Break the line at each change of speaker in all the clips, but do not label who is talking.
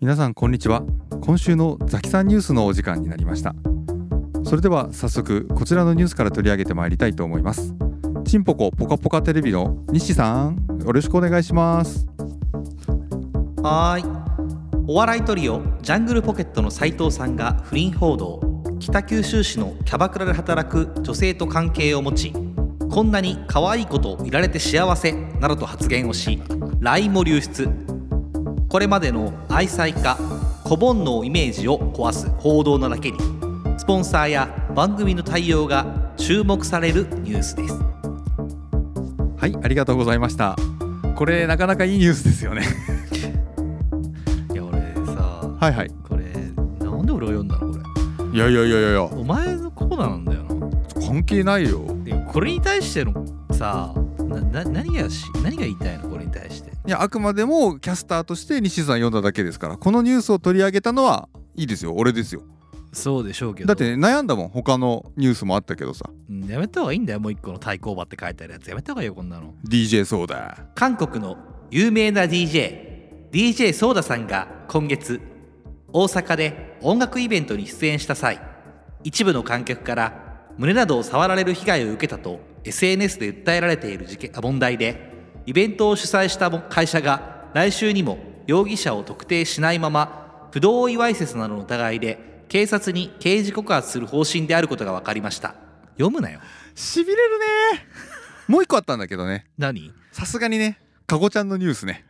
皆さんこんにちは今週のザキさんニュースのお時間になりましたそれでは早速こちらのニュースから取り上げてまいりたいと思いますちんぽこぽかぽかテレビの西さんよろしくお願いします
はーいお笑いトリオジャングルポケットの斉藤さんが不倫報道北九州市のキャバクラで働く女性と関係を持ちこんなに可愛いことをいられて幸せなどと発言をし LINE も流出これまでの愛妻家子煩悩イメージを壊す報道なだけにスポンサーや番組の対応が注目されるニュースです
はいありがとうございましたこれなかなかいいニュースですよね
いや俺さ
はいはい
これなんで俺が読んだのこれ
いやいやいやいやいや
お前のコーナーなんだよな
関係ないよ
でこれに対してのさなな何がし何が言いたいのこれに対して
いやあくまでもキャスターとして西さん読んだだけですからこのニュースを取り上げたのはいいですよ俺ですよ
そうでしょうけど
だって悩んだもん他のニュースもあったけどさ
うんやめた方がいいんだよもう一個の対抗馬って書いてあるやつやめた方がいいよこんなの
DJ そうだ
韓国の有名な DJDJ ソーダさんが今月大阪で音楽イベントに出演した際一部の観客から胸などを触られる被害を受けたと SNS で訴えられている事件あ問題でイベントを主催したも会社が来週にも容疑者を特定しないまま不同意わいせつなどの疑いで警察に刑事告発する方針であることが分かりました読むなよ
しびれるねもう一個あったんだけどね
何
さすがにねかごちゃんのニュースね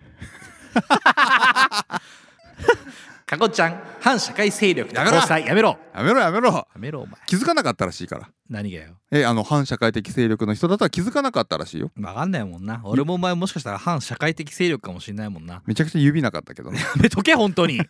かこちゃん反社会勢力と
やめろ
交際やめろ
やめろやめろ
やめろお前
気づかなかったらしいから
何がよ
えあの反社会的勢力の人だとは気づかなかったらしいよ
分かんないもんな俺もお前もしかしたら反社会的勢力かもしれないもんな
めちゃくちゃ指なかったけどねだか
やめとけ本当に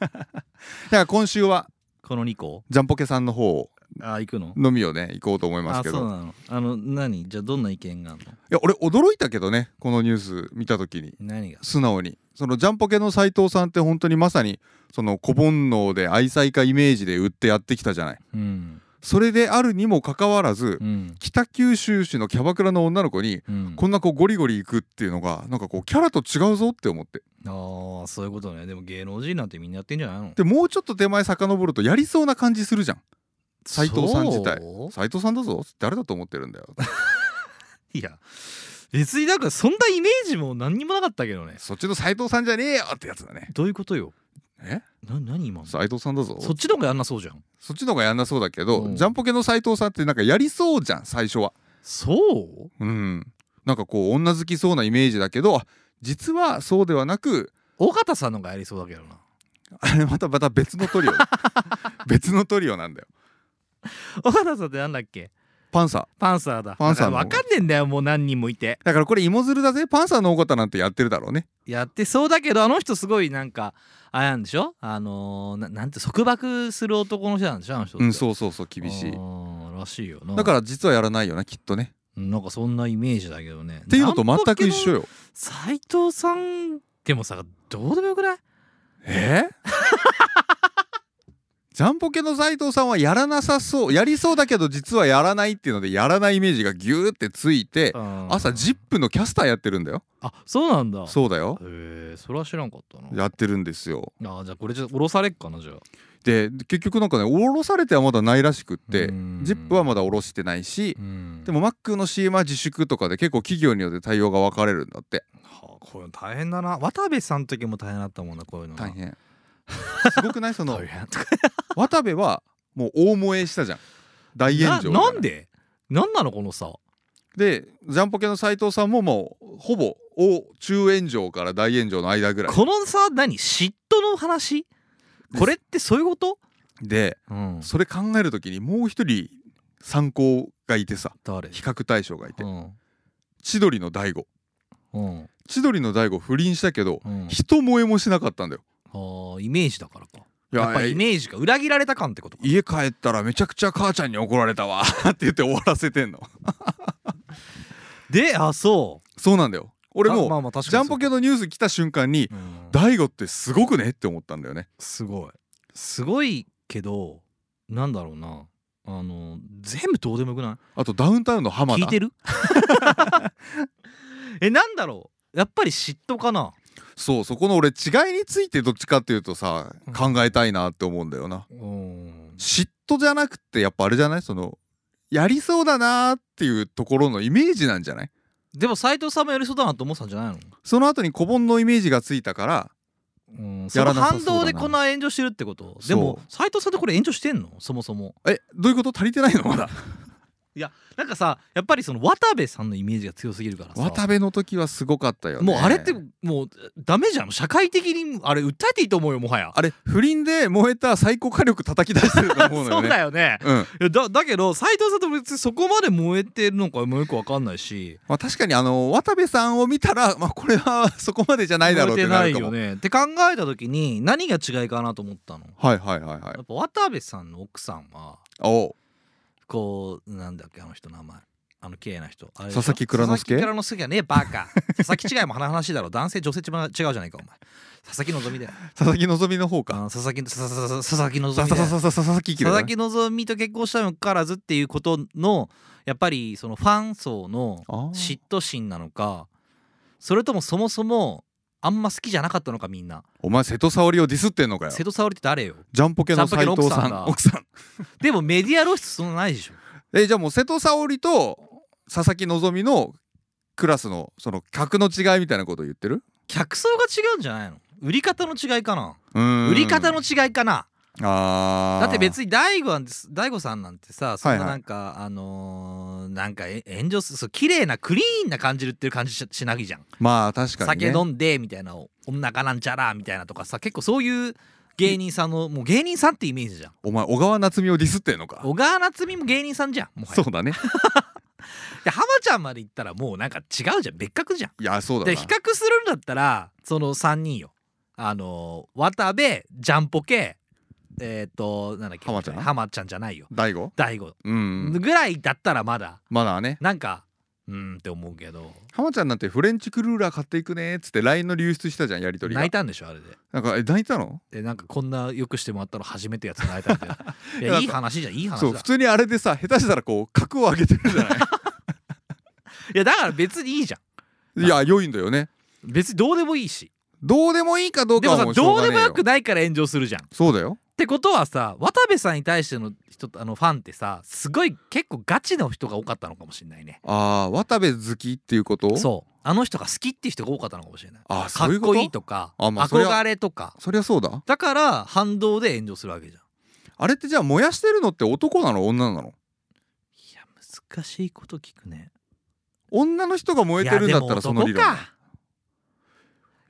ら今週は
この2個
ジャンポケさんの方
あ行くの
のみをね行こうと思います
あ
け
そう
ど
なのあの何じゃあどんな意見があるの
いや俺驚いたけどねこのニュース見た時に
何が
素直にそのジャンポケの斎藤さんって本当にまさにその小煩悩で愛妻家イメージで売ってやってきたじゃない
うん
それであるにもかかわらず、
うん
北九州市のキャバクラの女の子に
うん、
こんなこうゴリゴリ行くっていうのがなんかこうキャラと違うぞって思って
ああそういうことねでも芸能人なんてみんなやってんじゃないの
でもうちょっと手前遡るとやりそうな感じするじゃん斎藤さん自体
そう
斎藤さんだぞ誰だと思ってるんだよ
いや別になんかそんなイメージも何にもなかったけどね
そっちの斎藤さんじゃねえよってやつだね
どういうことよ
え
な何今のそ
斎藤さんだぞ
っちの方がやんなそうじゃん
そっちの方がやんなそうだけど、
うん
ジャンポケの斎藤さんってなんかやりそうじゃん最初は
そう
うんなんかこう女好きそうなイメージだけどあ実はそうではなく
尾形さんの方がやりそうだけどな
あれまたまた別の トリオ別のトリオなんだよ
尾形さんってなんだっけ
パンサー
パンサーだ
パンサーの
分かんねえんだよもう何人もいて
だからこれ芋づるだぜパンサーの尾形なんてやってるだろうね
やってそうだけどあの人すごいなんかあれなんでしょあのー、ななんて束縛する男の人なんでしょあの人
うん
う
そうそうそう厳しい
らしいよな
だから実はやらないよなきっとね
らなんかそんなイメージだけどね
っていうのと全く一緒
よ
よ
斎藤さんでもさどうでもよくない
えジャンポケの斎藤さんはやらなさ そうやりそうだけど実はやらないっていうのでやらないイメージがギューってついて朝
う
「
ん
ジップのキャスターやってるんだよ
あそうなんだ
そうだよ
へえそれは知らんかったな
やってるんですよ
あじゃあこれちょっと降ろされっかなじゃあ
で結局なんかね降ろされてはまだないらしくって
う
「
ん
ジップはまだ降ろしてないし
うん
でもマックの CM は自粛とかで結構企業によって対応が分かれるんだって
はあ、こういうの大変だな渡部さんの時も大変だったもんなこういうのな
大変すごくないそ の
大変とか
渡部はもう大燃えしたじゃん大炎上みたい
ななんでなんなのこのさ
でジャンポケの斎藤さんももうほぼお中炎上から大炎上の間ぐらい
このさ何嫉妬の話これってそういうこと、
で
うん
それ考える時にもう一人参考がいてさ
誰
比較対象がいて
うん
千鳥の大悟
うん
千鳥の大悟不倫したけど
うん
人燃えもしなかったんだよ
あーイメージだからか
いや
やっぱイメージが裏切られた感ってことか
家帰ったらめちゃくちゃ母ちゃんに怒られたわ って言って終わらせてんの
であそう
そうなんだよ俺も
あまあまあ確
ジャンポケ
の、
のニュース来た瞬間に
うん
大悟ってすごくねって思ったんだよね
すごいすごいけどなんだろうなあの全部どうでもよくない
あとダウンタウンの 浜田
聞いてるえなんだろうやっぱり嫉妬かな
そうそこの俺違いについてどっちかっていうとさ
うん
考えたいなって思うんだよな、
うん
嫉妬じゃなくてやっぱあれじゃないそのやりそうだなーっていうところのイメージなんじゃない
でも斎藤さんもやりそうだなと思ってたんじゃないの
その後に古本のイメージがついたから
うん、そ
や
の
らなさそう
反
だな
動でこんな炎上してるってことでも斎藤さんってこれ炎上してんのそもそも
えどういうこと足りてないのまだ
なんかさやっぱりその渡部さんのイメージが強すぎるからさ
渡部の時はすごかったよね
もうあれってもうダメじゃん社会的にあれ訴えていいと思うよもはや
あれ不倫で燃えた最高火力叩き出してると思うの よ
そう
ね
だよね
うん
いやだだけど斎藤さんと別にそこまで燃えてるのかもよくわかんないし
まあ、確かにあの渡部さんを見たら、まあ、これはそこまでじゃないだろうってな
燃え
る
てな
か
い
も
よねって考えた時に何が違いかなと思ったの
はいはいはいはい
やっぱ渡部さんの奥さんは
おう
こうなんだっけあの人の名前あの綺麗な人あれでしょ
佐々木蔵之介
佐々木蔵之介はねえバカ 佐々木違いも話しだろ男性女性違う違うじゃないかお前佐々木希だよ
佐々木希の方
あ
か
の佐々木佐々佐々木希だよ
さささささ佐々木希
佐
だ
々
ね
木希と結婚したにもかかわらずっていうことのやっぱりそのファン層の
あー
嫉妬心なのかそれともそもそもあんま好きじゃなかったのかみんな
お前瀬戸沙織をディスってんのかよ
瀬戸沙織って誰よ
ジャンポケの
ジャン
斎
ポケ
藤
の奥さ
さ
んだ
ん奥さん
でもメディア露出そんなないでしょ
えじゃあもう瀬戸沙織と佐々木希のクラスのその格の違いみたいなことを言ってる
客層が違うんじゃないの売り方の違いかな
うーん
売り方の違いかな
あ
だって
に
別に大悟なんです大悟さんなんてさそん
は
な
いはい
なんか、あのーなんかえ炎上するそう綺麗なクリーンな感じるっていう感じししなぎじゃん
まあ確かに、
酒
ね、
飲んでみたいな女かなんちゃらみたいなとかさ結構そういう芸人さんのもう芸人さんってイメージじゃん
お前小川夏美をディスってんのか
小川夏美も芸人さんじゃんもは
そ
や
うだね
で浜ちゃんまで行ったらもうなんか違うじゃん別格じゃん
いやそうだ
で
な
比較するんだったらその3人よあのー渡部ジャンポケえっ、となんだっけ
浜ちゃん
浜ちゃんじゃないよ
大悟
大悟
うん
ぐらいだったらまだ
まだね
なんかうーんって思うけど
浜ちゃんなんてフレンチクルーラー買っていくねっつって LINE の流出したじゃんやり取りが
泣いたんでしょあれで
なんかえ泣いたの
でなんかこんなよくしてもらったの初めてやつ泣いたんだよ いやいい話じゃんいい話だ
そう普通にあれでさ下手したらこう格を上げてるじゃ ない
やだから別にいいじゃ
いいや良いんだよね
ん別にどうでもいいし
どうでもいいかどう
で
か
も
は
さ
もうしょ
ど
う
う
が
で
ね
も
え
よ
よ
くないから炎上するじゃんっ
そうだよ
てことはさ渡部さんに対しての人あのファンってさすごい結構ガチの人が多かったのかもしれないね
あー渡部好きっていうこと
そうあの人が好きっていう人が多かったのかもしれない
あー
か
そうい
っ
うこと
こいいとか
あまあそりゃ
憧れとか
そりゃそうだ
だから反動で炎上するわけじゃん
あれってじゃあ燃やしてるのって男なの女なの
いや難しいこと聞くね
女の人が燃えてるんだったらその理論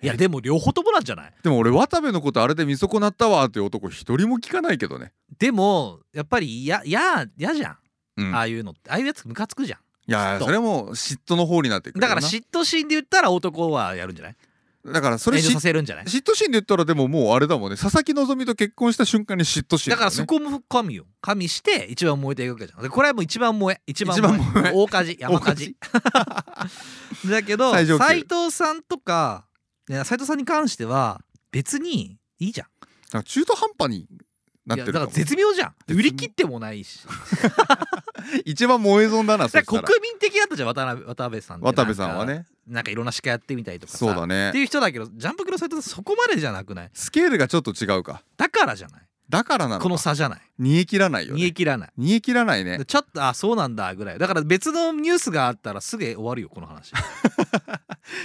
いやでも男かいやでも両方ともなんじゃない
でも俺渡部のことあれで見損なったわっていう男一人も聞かないけどね
でもやっぱり嫌嫌嫌じゃん、
うん
ああいうのってああいうやつムカつくじゃん
いや
嫉妬
それはもう嫉妬の方になってくるよ
だ
な
から嫉妬心で言ったら男はやるんじゃない
だからそれ
炎上
嫉
させるんじゃない
嫉妬心で言ったらでももうあれだもんね佐々木希と結婚した瞬間に嫉妬心
だから
ね
そこも加味よ加味して一番燃えていくわけじゃんでこれはもう一番燃え一番
一番
燃え
燃え
大火事山火事 だけど
最上級
斎藤さんとかね斎藤さんに関しては別にいいじゃん
だから中途半端になってるか
いやだから
も
絶妙じゃん
絶妙
売り切ってもないし
一番燃え損だなそ
だ
し
か
た
ら
ら
国民的だったじゃん渡辺渡辺さんって
渡部さんはね
なんかいろんな司会やってみたりとかさ
そうだ
って
ね
いう人だけどジャンプクロサイトさんそこまでじゃなくない
スケールがちょっと違うか
だからじゃない
だからなのか
この差じゃない
煮え切らないよ
煮え
ね
切らない
煮え切らないね
でちょっとあそうなんだぐらいだから別のニュースがあったらすぐ終わるよこの話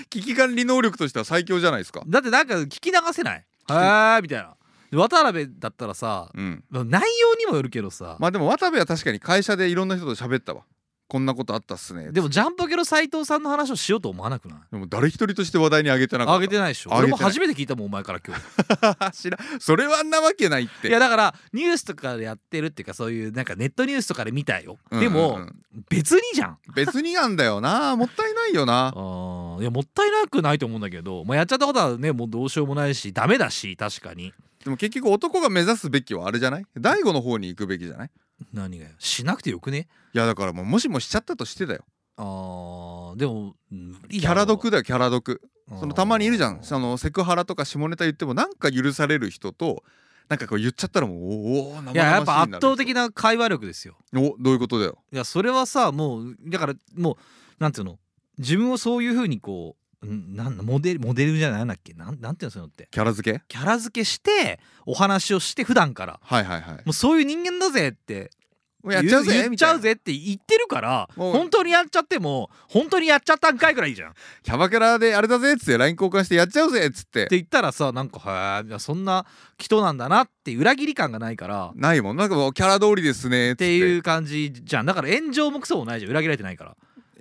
危機管理能力としては最強じゃないですか
だってなんか聞き流せないはーみたいなで渡辺だったらさ
うん
内容にもよるけどさ、
まあでも渡部は確かに会社でいろんな人と喋ったわこんなことあったっすね
でもジャンポケの斎藤さんの話をしようと思わなくない
でも誰一人として話題に上げてなかった
あげてないでしょ
あげ
俺
て
も
ない
初めて聞いたもんお前から今日
知らそれはんなわけないって
いやだからニュースとかでやってるっていうかそういうなんかネットニュースとかで見たよ、
うん
で
うんう
も
ん
別にじゃん
別になんだよなもったいないよな
あーいやもったいなくないと思うんだけど、まあ、やっちゃったことはねもうどうしようもないしダメだし確かに
でも結局男が目指すべきはあれじゃない大悟の方に行くべきじゃない
何がよしなくてよくね
いやだからもうもしもしちゃったとしてだよ
あーでもうんいい
キ
だろ
ャラ
う
毒だよキャラ毒
あー
そのたまにいるじゃんそのセクハラとか下ネタ言ってもなんか許される人となんかこう言っちゃったらもうおーおー生々しい
いややっぱ圧倒
的
的な会話力ですよ
おどういうことだよ
いやそれはさもうだからもうなんていうの自分をそういうふうにこううんなんモデルモデルじゃないなんだっけなんなんていうのそういうのって
キャラ付け
キャラ付けしてお話をして普段から
はいはいはい
もうそういう人間だぜって
もうやっちゃうぜ
言っ
み
ちゃ
たいうな
ぜって言ってるから
もう
本当にやっちゃっても本当にやっちゃったんかいくらいいいじゃんって
キャバクラであれだぜっつって LINE 交換してやっちゃうぜっつって
言ったらさなんかへえいやそんな人なんだなっていう裏切り感がないからっ
ないもんなんかもうキャラ通りですねっつって
て
う
いう感じじゃんだから炎上もクソもないじゃん裏切られてないから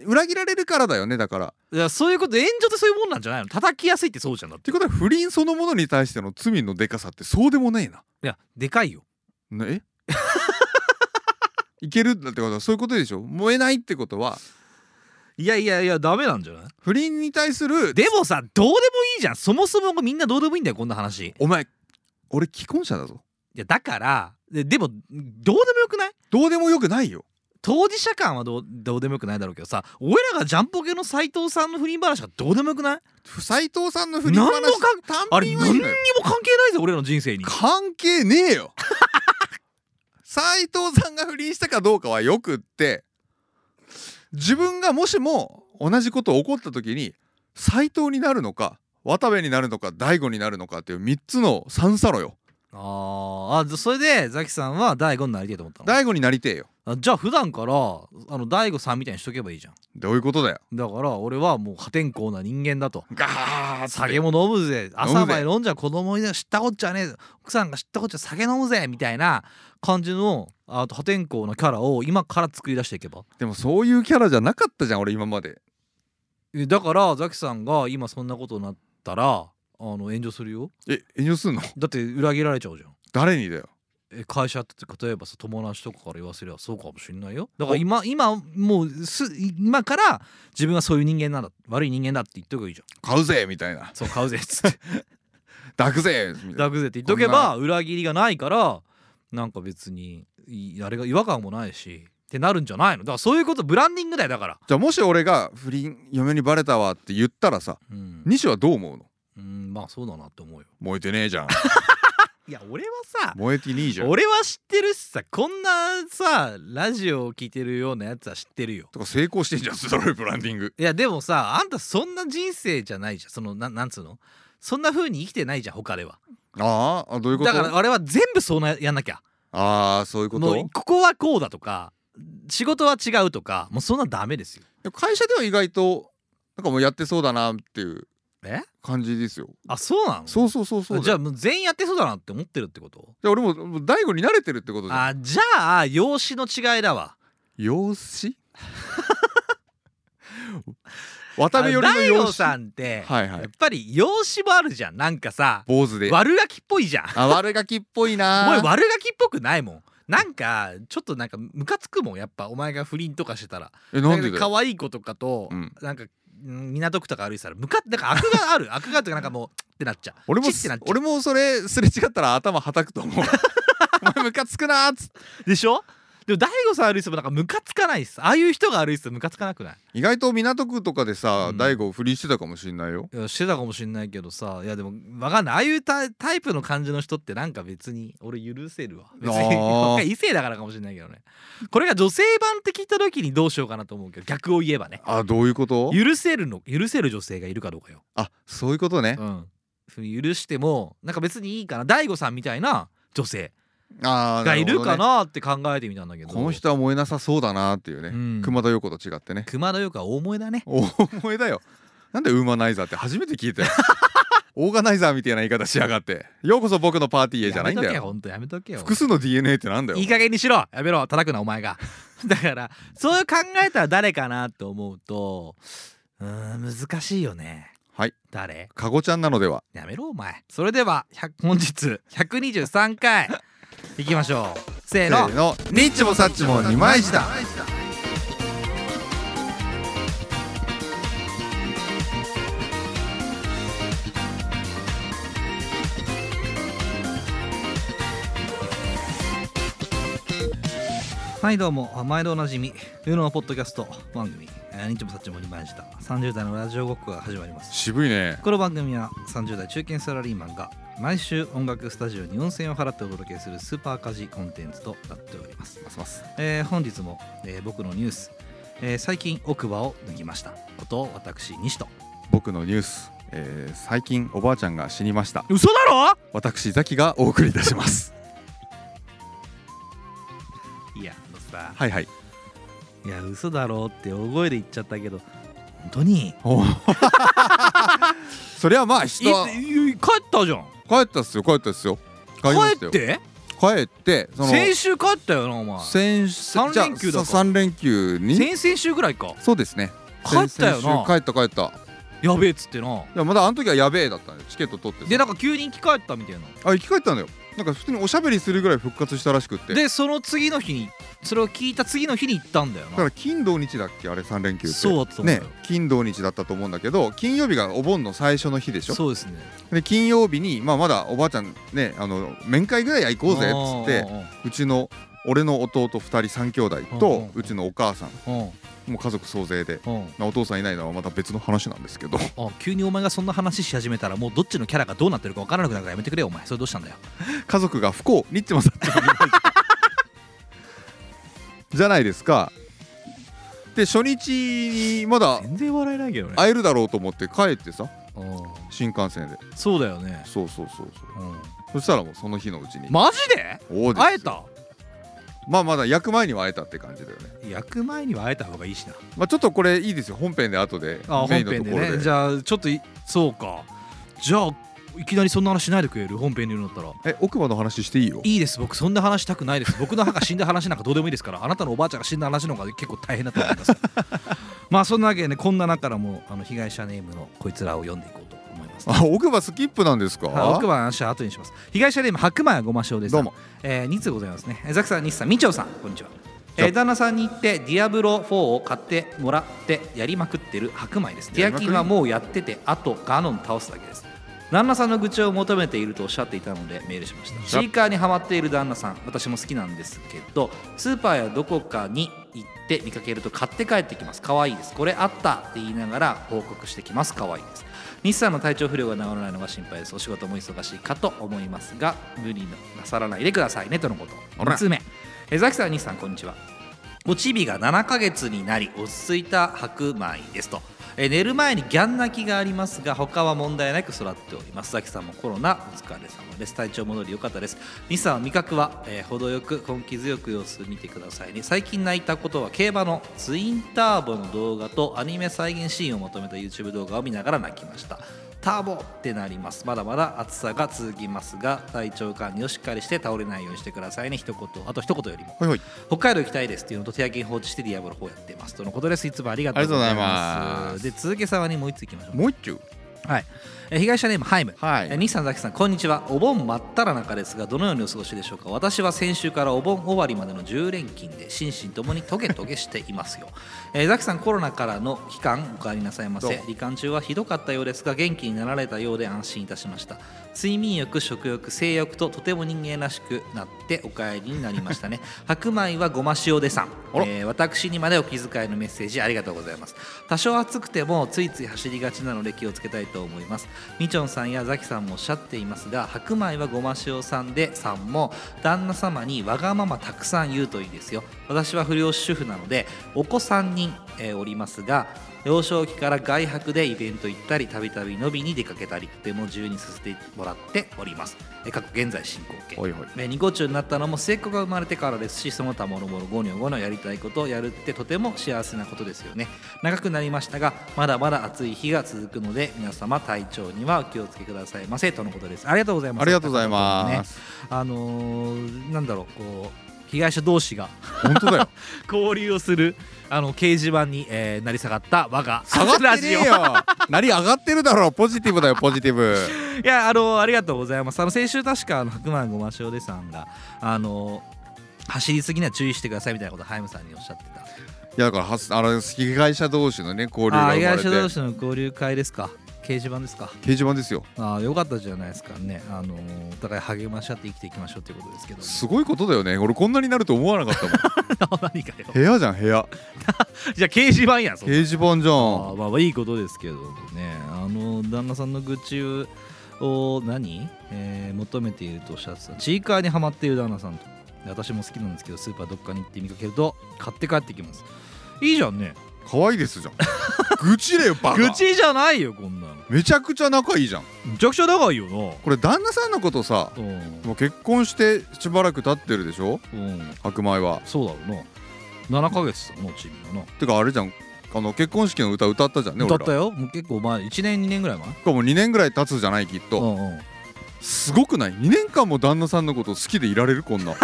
裏切られるからだよねだからっ
いやそういうこと炎上ってそういうもんなんじゃないの叩きやすいってそうじゃんだって
てことは不倫そのものに対しての罪のでかさってそうでもないない
やでかいよ
ねえ いけるってことはそういうことでしょ燃えないってことはい
やいやいやダメなんじゃない
不倫に対する
でもさどうでもいいじゃんそもそもみんなどうでもいいんだよこんな話い
お前俺既婚者だぞ
やだからででもどうでもよくない
どうでもよくないよ
当事者間はどうどうでもよくないだろうけどさ俺らがジャンポケの斎藤さんの不倫話がどうでもよくない
斉藤さんの不倫話
何のかあ
単
れ
品
何
はいい
にも
のよ
関係ないぜ俺らの人生に
関係ねえよ 斉藤さんが不倫したかどうかはよくって自分がもしも同じこと起こった時に斉藤になるのか渡部になるのか大悟になるのかっていう3つの三差路よ
あーあそれでザキさんは大悟になりたいと思ったの
大悟になりてえよ
あじゃあ普段からあの大悟さんみたいにしとけばいいじゃん
どういうことだよ
だから俺はもう破天荒な人間だと
ガーッつって
酒も飲むぜ朝まで飲んじゃ子供いない知ったこっちゃねえ奥さんが知ったこっちゃ酒飲むぜみたいな感じのあと破天荒なキャラを今から作り出していけば
でもそういうキャラじゃなかったじゃん俺今まで
えだからザキさんが今そんなことになったらあの炎上するよ
え遠慮すんの
だって裏切られちゃうじゃん
誰にだよ
え会社って例えばさ友達とかから言わせればそうかもしんないよだから今今もうす今から自分はそういう人間なんだ悪い人間だって言っとけばいいじゃん
買うぜみたいな
そう買うぜっつって
抱くぜみたいな
ダグぜって言っとけば裏切りがないからなんか別にいあれが違和感もないしってなるんじゃないのだからそういうことブランディングだよだから
じゃあもし俺が不倫嫁にバレたわって言ったらさ
うん、
西はどう思うの
うん、まあそうだなって思うよ
燃えてねえじゃん
いや俺はさ
燃えてねえじゃん
俺は知ってるしさこんなさラジオを聞いてるようなやつは知ってるよ
とか成功してんじゃんストロイブランディング
いやでもさあんたそんな人生じゃないじゃんそのななんつうのそんな風に生きてないじゃん他では
あーあどういうこと
だからあれは全部そうなやんなきゃ
ああそういうこ
も
と
うここはこうだとか仕事は違うとかもうそんなダメですよ
でも会社では意外となんかもうやってそうだなっていう
え
感じですよ
あそうなの
そうそうそうそう
じゃ
ゃ
あもう全員やってそうだなって思ってるってこと
じゃあ俺ももう大悟に慣れてるってことじゃん
あじゃあ容姿の違いだわ
容 姿渡辺より
あ
の
大
容
悟
姿
さんって、
はいは
や
い
っぱり容姿もあるじゃんなんかさ
坊主で
悪ガキっぽいじゃん
あ悪ガキっぽい
お前
な
悪ガキっぽくないもんなんかちょっとなんかムカつくもんやっぱお前が不倫とかしてたら
えなんでだよ
可愛い子とかと、
うん
なんかうん港区とか歩いてたらムカなんか悪がある 悪があるとかなんかもうってなっちゃう
俺も
チッてなっちゃう
俺もそれすれ違ったら頭はたくと思う お前ムカつくなーっつって
でしょでも大悟さん歩いててもなんかムカつかないっすああいう人が歩いててもムカつかなくない
意外と港区とかでさ、
うん
大悟不倫してたかもしんないよ
いやしてたかもしんないけどさいやでもわかんないああいうタイタイプの感じの人ってなんか別に俺許せるわ別に
あー
異性だからかもしんないけどねこれが女性版って聞いた時にどうしようかなと思うけど逆を言えばね
あどういうこと
許せるの許せる女性がいるかどうかよ、
あそういうことね
うん、ふうに許してもなんか別にいいかな大悟さんみたいな女性
あー
がいる
なほど
か
ね
なって考えてみたんだけど
この人は燃えなさそうだなっていうね、
うん
熊田曜子と違ってね
熊田曜子は大萌えだね
お燃えだよなんでウーマナイザーって初めて聞いた よオーガナイザーみたいな言い方しやがってようこそ僕のパーティーへじゃないんだ
やめとけ
よ
ほんとやめとけよ
複数の DNA ってなんだよ
いい加減にしろやめろ叩くなお前が だからそういう考えたら誰かなと思うとうーん難しいよね
はい
誰
かごちゃんなのでは
やめろお前それでは100本日123回いきましょうせー
せ
の
ーのニッチもサッチも二枚舌
はいどうも毎度おなじみルーノのポッドキャスト番組「えーにっちもさっちもにまいした30代のラジオごっこ」が始まります
渋いね
この番組は30代中堅サラリーマンが毎週音楽スタジオに温泉を払ってお届けするスーパーカジコンテンツとなっております
ますます
えー本日も、えー僕のニュース、えー最近奥歯を抜きましたこと私西と
僕のニュース、えー最近おばあちゃんが死にました
嘘だろ
私ザキがお送りいたします
いやあのさ
はいはい
いや嘘だろうって大声で言っちゃったけど本当に
おー そりゃまあ人は帰
帰ったじゃん
ったっすよ帰ったっすよ帰りました
帰っ
よ
て
帰ってその
先週帰ったよなお前
先
三
じゃあ
連休だから
さ三連休に
先々週ぐらいか
そうですね
帰ったよな
先々週帰った帰った
やべえっつってない
やまだあの時はやべえだったんでチケット取ってさ
でなんか急に生き返ったみたいな
あ生き返ったんだよなんか普通におしゃべりするぐらい復活したらしくってだ
でその次の日にそれを聞いた次の日に行ったんだよな
から金土日だっけあれ3連休って
そうだったんだ
ね
よ、
金土日だったと思うんだけど金曜日がお盆の最初の日でしょ
そうですね
で金曜日に、まあ、まだおばあちゃんねあの面会ぐらいは行こうぜっつって
て
うちの俺の弟2人3兄弟
うんうん
とうちのお母さんもう家族総勢で、
うんうん
まあ、お父さんいないのはまた別の話なんですけど
あ 急にお前がそんな話し始めたらもうどっちのキャラがどうなってるか分からなくなるからやめてくれよお前それどうしたんだよ
家族が不幸ニッチマさんって言われました じゃないですかで初日にまだ
全然笑えないけどね
会えるだろうと思って帰ってさ
うん
新幹線で
そうだよね
そうそうそうそう
うん
そしたらもうその日のうちに、
マジで
おうですよ
会えた
まあまだ焼く前には会えたって感じだよね
焼く前には会えた方がいいしな
まあちょっとこれいいですよ本編で後で
あ
メ
本
イ
編
ンのと
で
ころ
ね
で
じゃあちょっといそうかじゃあいきなりそんな話しないでくれる本編で言うんだったら
え奥歯の話していいよ
いいです僕そんな話したくないです僕の母が死んだ話なんかどうでもいいですからあなたのおばあちゃんが死んだ話の方が結構大変だと思い ますまあそんなわけでねこんな中からもあの被害者ネームのこいつらを読んでいこうと思います
あ奥歯スキップなんですか
はい奥歯の話は後にします被害者ネーム白米はごま塩です
どうも
えー、2通ございますねえーザクさん西さんみちょうさんこんにちは
じゃ
え
あ
ー旦那さんに行って「ディアブロ4」を買ってもらってやりまくってる白米ですデ
やり
ィア
まく
キ
り
ンはもうやっててあとガノン倒すだけです旦那さんの愚痴を求めているとおっしゃっていたのでメールしましたシーカーにはまっている旦那さん私も好きなんですけどスーパーやどこかに行って見かけると買って帰ってきます可愛いですこれあったって言いながら報告してきます可愛いです日産の体調不良が治らないのが心配ですお仕事も忙しいかと思いますが無理なさらないでくださいねとのこと
ほら
2つ目えザキさん西さんこんにちはおちびが7ヶ月になり落ち着いた白米ですと、えー寝る前にギャン泣きがありますが他は問題なく育っております崎さんもコロナお疲れ様です体調戻り良かったです西さんは味覚は、えー程よく根気強く様子見てくださいね最近泣いたことは競馬のツインターボの動画とアニメ再現シーンをまとめた YouTube 動画を見ながら泣きましたターボってなりますまだまだ暑さが続きますが体調管理をしっかりして倒れないようにしてくださいね一言あと一言よりも
はいはい
北海道行きたいですっていうのと手焼きに放置してディアボロ4やってますとのことですいつもありがとうございます
ありがとうございます
で続けさわにもう一ついきましょう
もう一丁
はいえー被害者ネームハイム、
はい
えー西さんザキさんこんにちはお盆真っ只中ですがどのようにお過ごしでしょうか私は先週からお盆終わりまでの10連勤で心身ともにトゲトゲしていますよ、えー、ザキさんコロナからの期間お帰りなさいませ
どうも
罹患中はひどかったようですが元気になられたようで安心いたしました睡眠欲食欲性欲ととても人間らしくなってお帰りになりましたね 白米はごま塩でさん、
あら
えー私にまでお気遣いのメッセージありがとうございます多少暑くてもついつい走りがちなので気をつけたいと思いますみちょんさんやザキさんもおっしゃっていますが白米はごま塩さんでさんも旦那様にわがままたくさん言うといいですよ私は不良主婦なのでお子さん人、えーおりますが幼少期から外泊でイベント行ったりたびたび飲みに出かけたりとても自由にさせてもらっておりますえー過去現在進行形
はいはい
えー二号中になったのも末っ子が生まれてからですしその他もろもろゴニョゴニョやりたいことをやるってとても幸せなことですよね長くなりましたがまだまだ暑い日が続くので皆様体調にはお気をつけくださいませとのことですありがとうございます
ありがとうございます
あのーなんだろうこう被害者同士が
本当だよ
交流をするあの掲示板に、えー、成り下がった我が
下がっ
ラ
て
ジ
ね
オ
えよなり上がってるだろポジティブだよポジティブ
いやあのありがとうございますあの先週確かあの白馬ごま塩でさんがあの走りすぎには注意してくださいみたいなことをハイムさんにおっしゃってた
いやだからはすあの被害者同士のね交流
あ
が
あ
生
ー被
まれ
害
て
者同
掲
士の交流会ですか掲示板ですか
示板ですよ
ああよかったじゃないですかねあのお互い励まし合って生きていきましょうということですけど
すごいことだよね俺こんなになると思わなかったもん
何かよ
部屋じゃん部屋
じゃあ掲示板やんそんな
掲示板じゃ
あ
ん
ーまあまあいいことですけどもねあの旦那さんの愚痴を何、えー求めているとおっしゃってたチーカーにはまっている旦那さんとで私も好きなんですけどスーパーどっかに行って見かけると買って帰ってきますいいじゃんね
可愛いですじゃん愚痴れよバカ
愚痴じゃないよこんなの
めちゃくちゃ仲いいじゃん
むちゃくちゃ仲いいよな
これ旦那さんのことさ
うん、
もう結婚してしばらく経ってるでしょ
うん、
白米は
そうだろうな7ヶ月だもんチームは
てかあれじゃんあの結婚式の歌歌ったじゃんね
な
俺
だっ
ら
たよもう結構前1年2年ぐらい前
しかも2年ぐらい経つじゃないきっと、
うんうん
すごくない2年間も旦那さんのこと好きでいられるこん な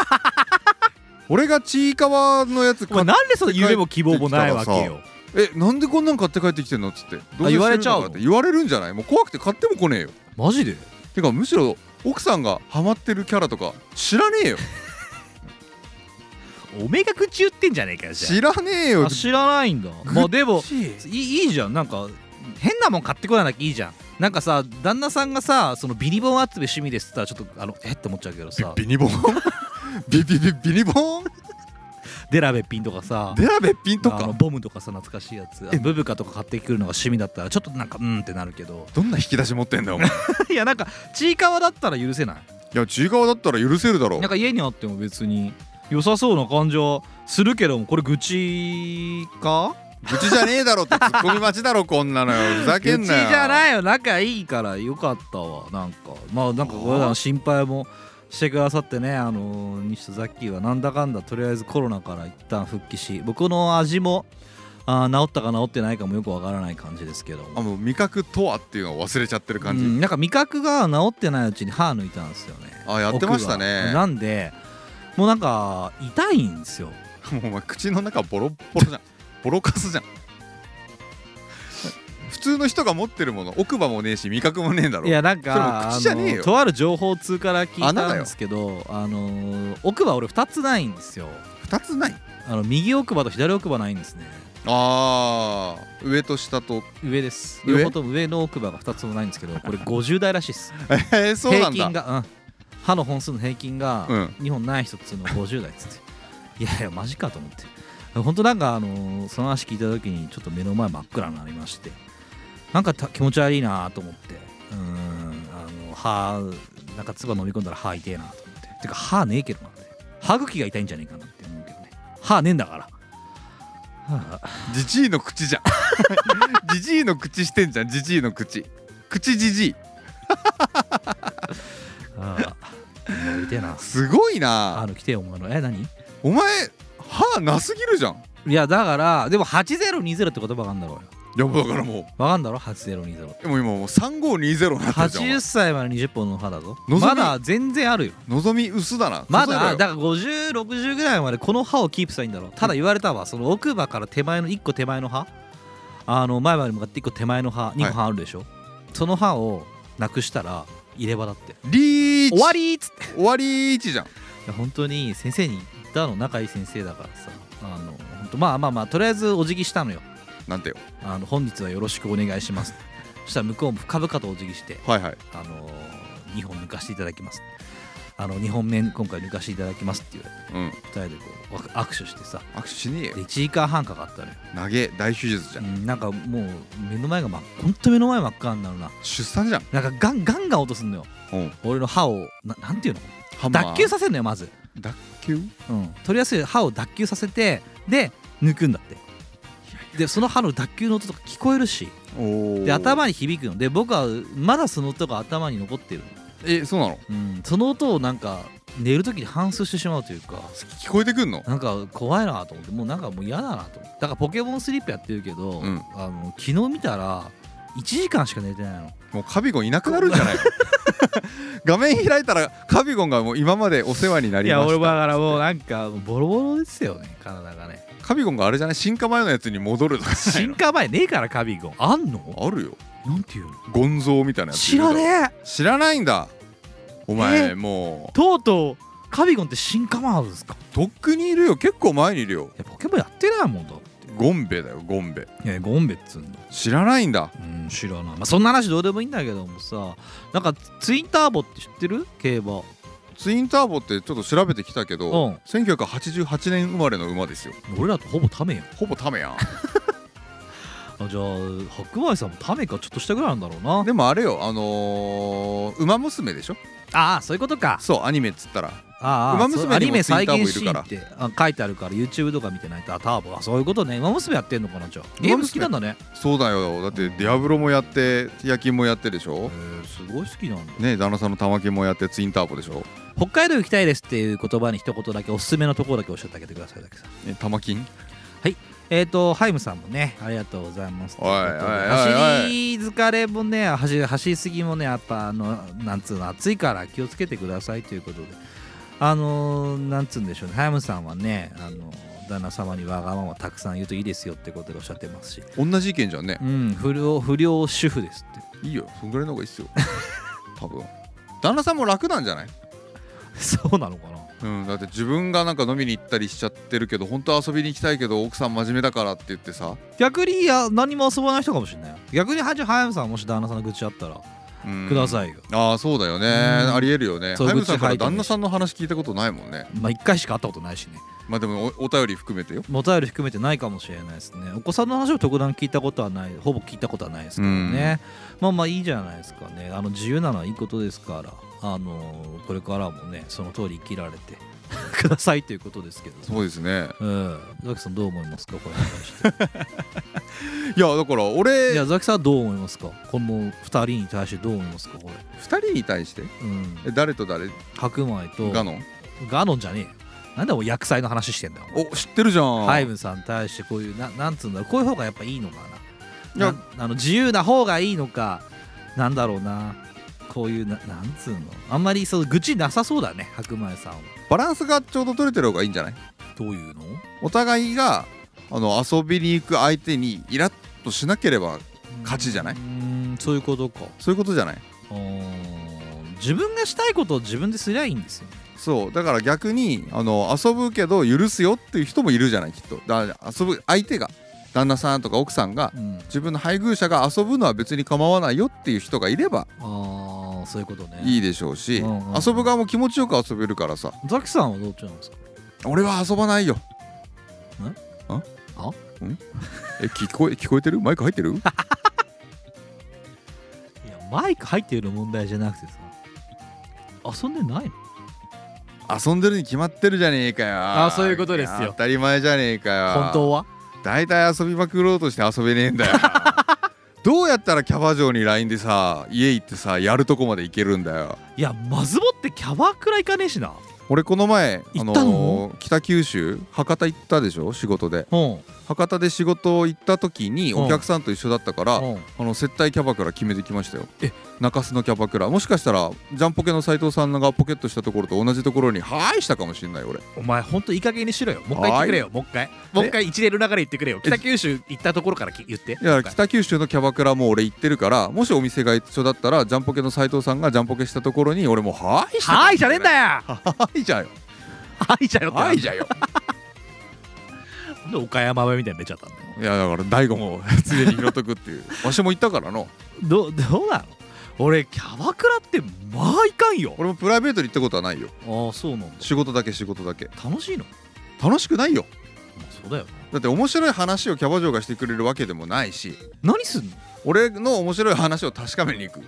俺がちいかわのやつ
お
買っ
前なんでその夢も希望もないわ
帰
け
ってきた
よ
えなんでこんなん買って帰ってきてんのっつってどう
あ
い
言
うし
わ
て
れ
る
ちゃう
の
の
かって言われるんじゃないもう怖くて買っても来ねえよ
マジで
てかむしろ奥さんがハマってるキャラとか知らねえよ
おめえが口言ってんじゃねえかよじゃあ
知らねえよ
あ知らないんだまあでもいいいいじゃんなんか変なもん買ってこないなきゃいいじゃんなんかさ旦那さんがさそのビニボン集め趣味ですって言ったらちょっとあのえって思っちゃうけどさ
ビビニ ボンビビビビニボン
デラベッピンとかさ
デラべっぴんと
あの
か
ボムとかさ懐かしいやつあのブブカとか買ってくるのが趣味だったらちょっとなんかうんってなるけど
どんな引き出し持ってんだよお前い
いやなんかちいかわだったら許せない
やちいかわだったら許せるだろ
なんか家にあっても別に良さそうな感じはするけどもこれ愚痴か
愚痴じゃねえだろってツッコミ待ちだろこんなの よふざけ
愚
ん
痴
なよ
じゃないよ仲いいからよかったわなんかまあなんかこれらの心配もしてくださってねあのー西とザッキーはなんだかんだとりあえずコロナから一旦復帰し僕の味もあー治ったか治ってないかもよくわからない感じですけど
あもう味覚とはっていうのを忘れちゃってる感じ、
うんなんか味覚が治ってないうちに歯抜いたんですよね
あやってましたね
奥がなんでもうなんか痛いんですよ
もうお前口の中ボロッボロじゃんボロカスじゃん普通の人が持ってるもの奥歯もねえし味覚もねえんだろ
いやなん
それも
か
口じゃねえよ
あのとある情報通から聞い
穴
た
だ
ん
よ
ですけどあの奥歯俺2つないんですよ
2つない
あの右奥歯と左奥歯ないんですね
あー上と下と
上です
上
両方とも上の奥歯が2つもないんですけどこれ50代らしいです
えー、 そうな
平
ん
均
だ
が、うん、歯の本数の平均が
うん
日本ない人っつうの50代っつっていやいやマジかと思って本当なんかあのーその話聞いた時にちょっと目の前真っ暗になりましてなんかた気持ち悪いなと思ってうーんあの歯なんか唾飲み込んだら歯痛えなと思っててか歯ねえけどなって歯茎が痛いんじゃねえかなって思うけどね歯ねえんだからはあ
じじいの口じゃん じじいの口してんじゃんじじいの口口じじい
ああ痛 えな
すごい
あ
な
の来てよお前のえ何
お前歯なすぎるじゃん
いやだからでも8020って言葉があるんだろうよ
いやもうだからも
わかんだろ8020
うでも今もう3520になってるじゃんお前
80歳まで20本の歯だぞ
望み
まだ全然あるよ
望み薄だな
ま
数えろ
だ
よ
だから5060ぐらいまでこの歯をキープしたらいいんだろうただ言われたわその奥歯から手前の1個手前の歯あの前歯に向かって1個手前の歯2個歯あるでしょ、その歯をなくしたら入れ歯だって
リーチ
終わりっつってい
終わりーちじゃん
や本当に先生に言ったの仲いい先生だからさあの本当まあまあまあとりあえずお辞儀したのよ
なんてよ
あの本日はよろしくお願いしますそしたら向こうも深々とお辞儀して
はいはい
あのー、2本抜かしていただきますあの2本目今回抜かしていただきますっていう
うん
2人でこうわ握手してさ
握手しねえよ
で1時間半かかったのよ、
投げ大手術じゃん、
うんなんかもう目の前が真っほんと目の前真っ赤になるな
出産じゃん
なんかガンガンガン音すんのよ
うん
俺の歯をななんていうの
ハンマー
脱臼させるのよまず、
脱臼
うん、取りやすい歯を脱臼させてで抜くんだってでその歯の脱臼の音とか聞こえるし
お
で頭
に
に響くので僕はまだその音が頭に残ってるの
えそうなの
うん、その音をなんか寝る時に反芻してしまうというか
聞こえてくんの
なんか怖いなと思ってもうなんかもう嫌だなと思ってだからポケモンスリープやってるけど、
うん
あの昨日見たら1時間しか寝てないの
もうカビゴンいなくなるんじゃ ない画面開いたらカビゴンがもう今までお世話になりました
なんかボロボロですよね体がね
カビゴンがあれじゃない進化前のやつに戻るとかじゃない
進
の
化前ねえからカビゴンあんの
あるよ
なんていうの
ゴンゾーみたいなやつい
知
るだろ
らねえ
知らないんだお前
え
も
とうとうカビゴンって進化前あるんですか
うとっくにいるよ結構前にいるよ
いやポケモンやってないもんだ
ゴンベだよゴンベ
いやゴンベっつうんだ
知らないんだ
うん知らない、まあ、そんな話どうでもいいんだけどもさなんかツインターボって知ってる競馬
ツインターボってちょっと調べてきたけど、
うん
1988年生まれの馬ですよ
俺らとほぼタメやん
ほぼタメやん
あじゃあ白米さんもタメかちょっとしたぐらいなんだろうな
でもあれよあのー、馬娘でしょ
ああそういうことか
そうアニメっつったら
ああ
ウマ娘にも
そうアニメ
ツイン
再
ターボ
現
い
シ
る
ー
か
ン
ら
ってあ書いてあるから YouTube とか見てないとあターボあそういうことねウマ娘やってんのかなじゃあゲーム好きなんだね
そうだよだって「ディアブロ」もやって夜勤もやってでし
へ
ょ
えすごい好きなんだ
ね旦那さんの玉金もやってツインターボでしょ
北海道行きたいですっていう言葉に一言だけおすすめのところだけ教えてあげてくださいだけさ
ね玉金
えっ、とハイムさんもねありがとうございます
おいおいおいおい
走り疲れもね走り走りすぎもねやっぱあのなんつうの暑いから気をつけてくださいということであのーなんつうんでしょうねハイムさんはねあの旦那様にわがままたくさん言うといいですよってことでおっしゃってますし、
同じ意見じゃんね
うん、不良不良主婦ですって
いいよそんぐらいの方がいいっすよ 多分旦那さんも楽なんじゃない
そうなのかな
うん、だって自分がなんか飲みに行ったりしちゃってるけど本当は遊びに行きたいけど奥さん真面目だからって言ってさ、
逆にいや何も遊ばない人かもしれないよ逆にハイムさんもし旦那さんの愚痴あったら
うん
くださいよ、
ああそうだよね
うん
ありえるよね
そう
ハイムさんから
愚痴吐いてもいい
旦那さんの話聞いたことないもんね
まあ1回しか会ったことないしね
まあでもおお便り含めてよ
お便り含めてないかもしれないですねお子さんの話を特段聞いたことはないほぼ聞いたことはないですけどね、まあまあいいじゃないですかねあの自由なのはいいことですからあのこれからもねその通り生きられて くださいということですけど
そうですね
うんザキさんどう思いますかこれに関して
いやだから俺
いや
2
ザキさんはどう思いますかこの2人に対してどう思いますかこれ、
人に対して
うん、
え誰と誰
白米と
ガノン
ガノンじゃねえよなんでお薬剤の話してんだよ
お知ってるじゃん、
ハイムさんに対してこういうななんつうんだろうこういう方がやっぱいいのか
い
な
や
なあの自由な方がいいのかなんだろうなこういうななんつうのあんまりその愚痴なさそうだね白米さんは
バランスがちょうど取れてる方がいいんじゃない
どういうの
お互いがあの遊びに行く相手にイラッとしなければ勝ちじゃないう
ーんそういうことか
そういうことじゃないう
ーん自分がしたいことを自分ですりゃいいんですよね
そうだから逆にあの遊ぶけど許すよっていう人もいるじゃないきっとだ遊ぶ相手が旦那さんとか奥さんが
うん
自分の配偶者が遊ぶのは別に構わないよっていう人がいれば
ああそういうことね
いいでしょうし、
うんうん
遊ぶ側も気持ちよく遊べるからさ
ザキさんはどっちなんですか
俺は遊ばないよ
ん
あ
あ
んえ聞こえ聞こえてるマイク入ってる
いやマイク入ってる問題じゃなくてさ遊んでないの
遊んでるに決まってるじゃねえかよ
あそういうことですよ
いや当たり前じゃねえかよ
本当は
大体遊びまくろうとして遊べねえんだよ どうやったらキャバ嬢に LINE でさ家行ってさやるとこまで行けるんだよ
いやまずもってキャバクラ行かねえしな
俺この前
行ったの
北九州博多行ったでしょ仕事で
うん
博多で仕事行った時に
うん
お客さんと一緒だったから、あの接待キャバクラ決めてきましたよ
え
中洲のキャバクラもしかしたらジャンポケの斎藤さんがポケットしたところと同じところに「はーい」したかもしんない俺
お前ほんといい加減にしろよもう一回言
はーい
ってくれよもう一回もう一回一連の流れ言ってくれよ北九州行ったところからき言って
いや
もう一回
北九州のキャバクラも俺行ってるからもしお店が一緒だったらジャンポケの斉藤さんがジャンポケしたところに俺も「はーい」した
はーいじゃねえんだよ
はいじゃよ
はいじゃよって
はいじゃよ
なんで岡山弁みたいに出ちゃったんだよ
いやだから大悟も 常に拾っとくっていうわしも行ったからの
どどうなの俺キャバクラってまあいかんよ
俺もプライベートで行ったことはないよ
ああそうなんだ
仕事だけ仕事だけ
楽しいの
楽しくないよ
まあそうだよ
だって面白い話をキャバ嬢がしてくれるわけでもないし
な何すんの
俺の面白い話を確かめに行く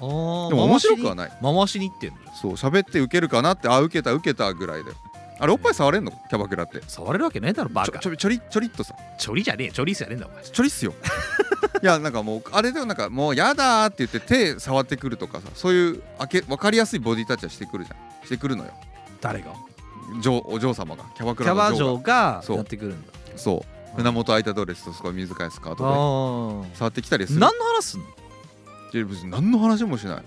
ああ
でも面白くはない
回しに行ってんの
そう喋ってウケるかなってあ受けた受けたぐらいだよあれおっぱい触れんのキャバクラって
触れるわけねえだろバ
ちょ
カ
ちょびちょりちょりっとさ
ちょりじゃねえちょりすじゃねえんだお前
ちょりっすよいやなんかもうあれでもなんかもうやだーって言って手触ってくるとかさそういうあけ分かりやすいボディタッチはしてくるじゃんしてくるのよ
誰が
女お嬢様がキャバ
キ
クラ
ャ
の女王が
バ嬢が
そう
やってくるんだ
そう胸元開いたドレスとすごい短いスカー
あ
ト
あ
で触ってきたりする
何の話すんの
で別に何の話もしない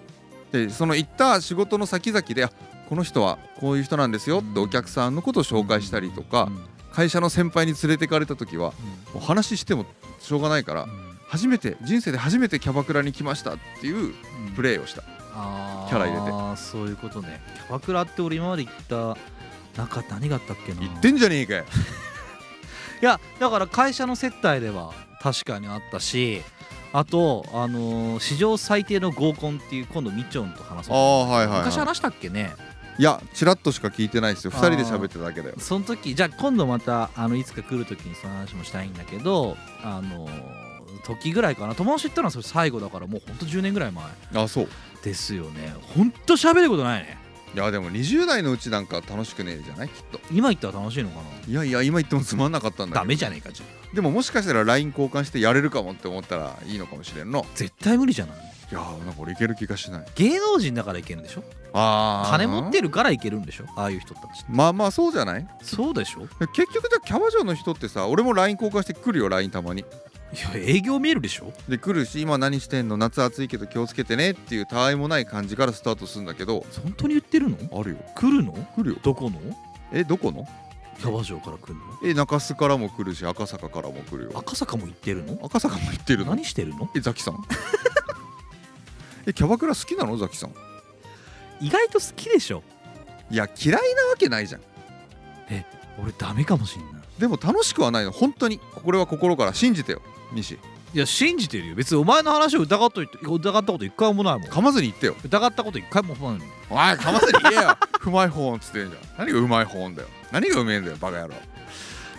でその行った仕事の先々であこの人はこういう人なんですよってお客さんのことを紹介したりとか会社の先輩に連れてかれた時はもう話してもしょうがないから初めて人生で初めてキャバクラに来ましたっていうプ
イ
レーをした
キ
キャラ入れて
ああそういうことねキャバクラって俺今まで行った中何があったっけな
言って
い
んじゃねえかよ
やだから会社の接待では確かにあったしあと、あのー史上最低の合コンっていう今度みちょんと話す
ああはいはい、
昔
は
話したっけね
い、いやチラッとしか聞いてないですよ
あ
2
ー
人で喋ってただけだよ
その時じゃあ今度またあのいつか来る時にその話もしたいんだけどあのー時ぐらいかな友達行ったのはそれ最後だからもうほんと10年ぐらい前
あそう
ですよねほんと喋ることないね
いやでも20代のうちなんか楽しくねえじゃないきっと
今行ったら楽しいのかない
やいや今言ってもつまんなかったんだ
ダ
け
メじゃねえかじゃあ
どでももしかしたら LINE 交換してやれるかもって思ったらいいのかもしれんの
絶対無理じゃない
いやーなんか俺いける気がしない
芸能人だから行けるんでしょ
あー
金持ってるから行けるんでしょああいう人たちって
まあまあそうじゃない
そうでしょ
結局じゃあキャバ嬢の人ってさ俺も LINE 交換してくるよ LINE たまに
いや営業見えるでしょ
で来るし今何してんの夏暑いけど気をつけてねっていうたわいもない感じからスタートするんだけど
本当に言ってるの
あるよ
来るの
来るよ
どこの
えどこの
キャバ嬢から来る
え中洲からも来るし赤坂からも来る
の
よ
赤坂も行ってるの
赤坂も行ってるの
何してるの
えザキさん えキャバクラ好きなのザキさん
意外と好きでしょ
いや嫌いなわけないじゃん
俺ダメかもしんない
でも楽しくはないの本当にこれは心から信じてよ西
いや信じてるよ別にお前の話を疑っといて疑ったこと一回もないもん
噛まずに言ってよ
疑ったこと一回もないの
おい噛まずに言えよ うまいほんっつってんじゃん何がうまいほんだよ何がうめえんだよバカ野郎
ま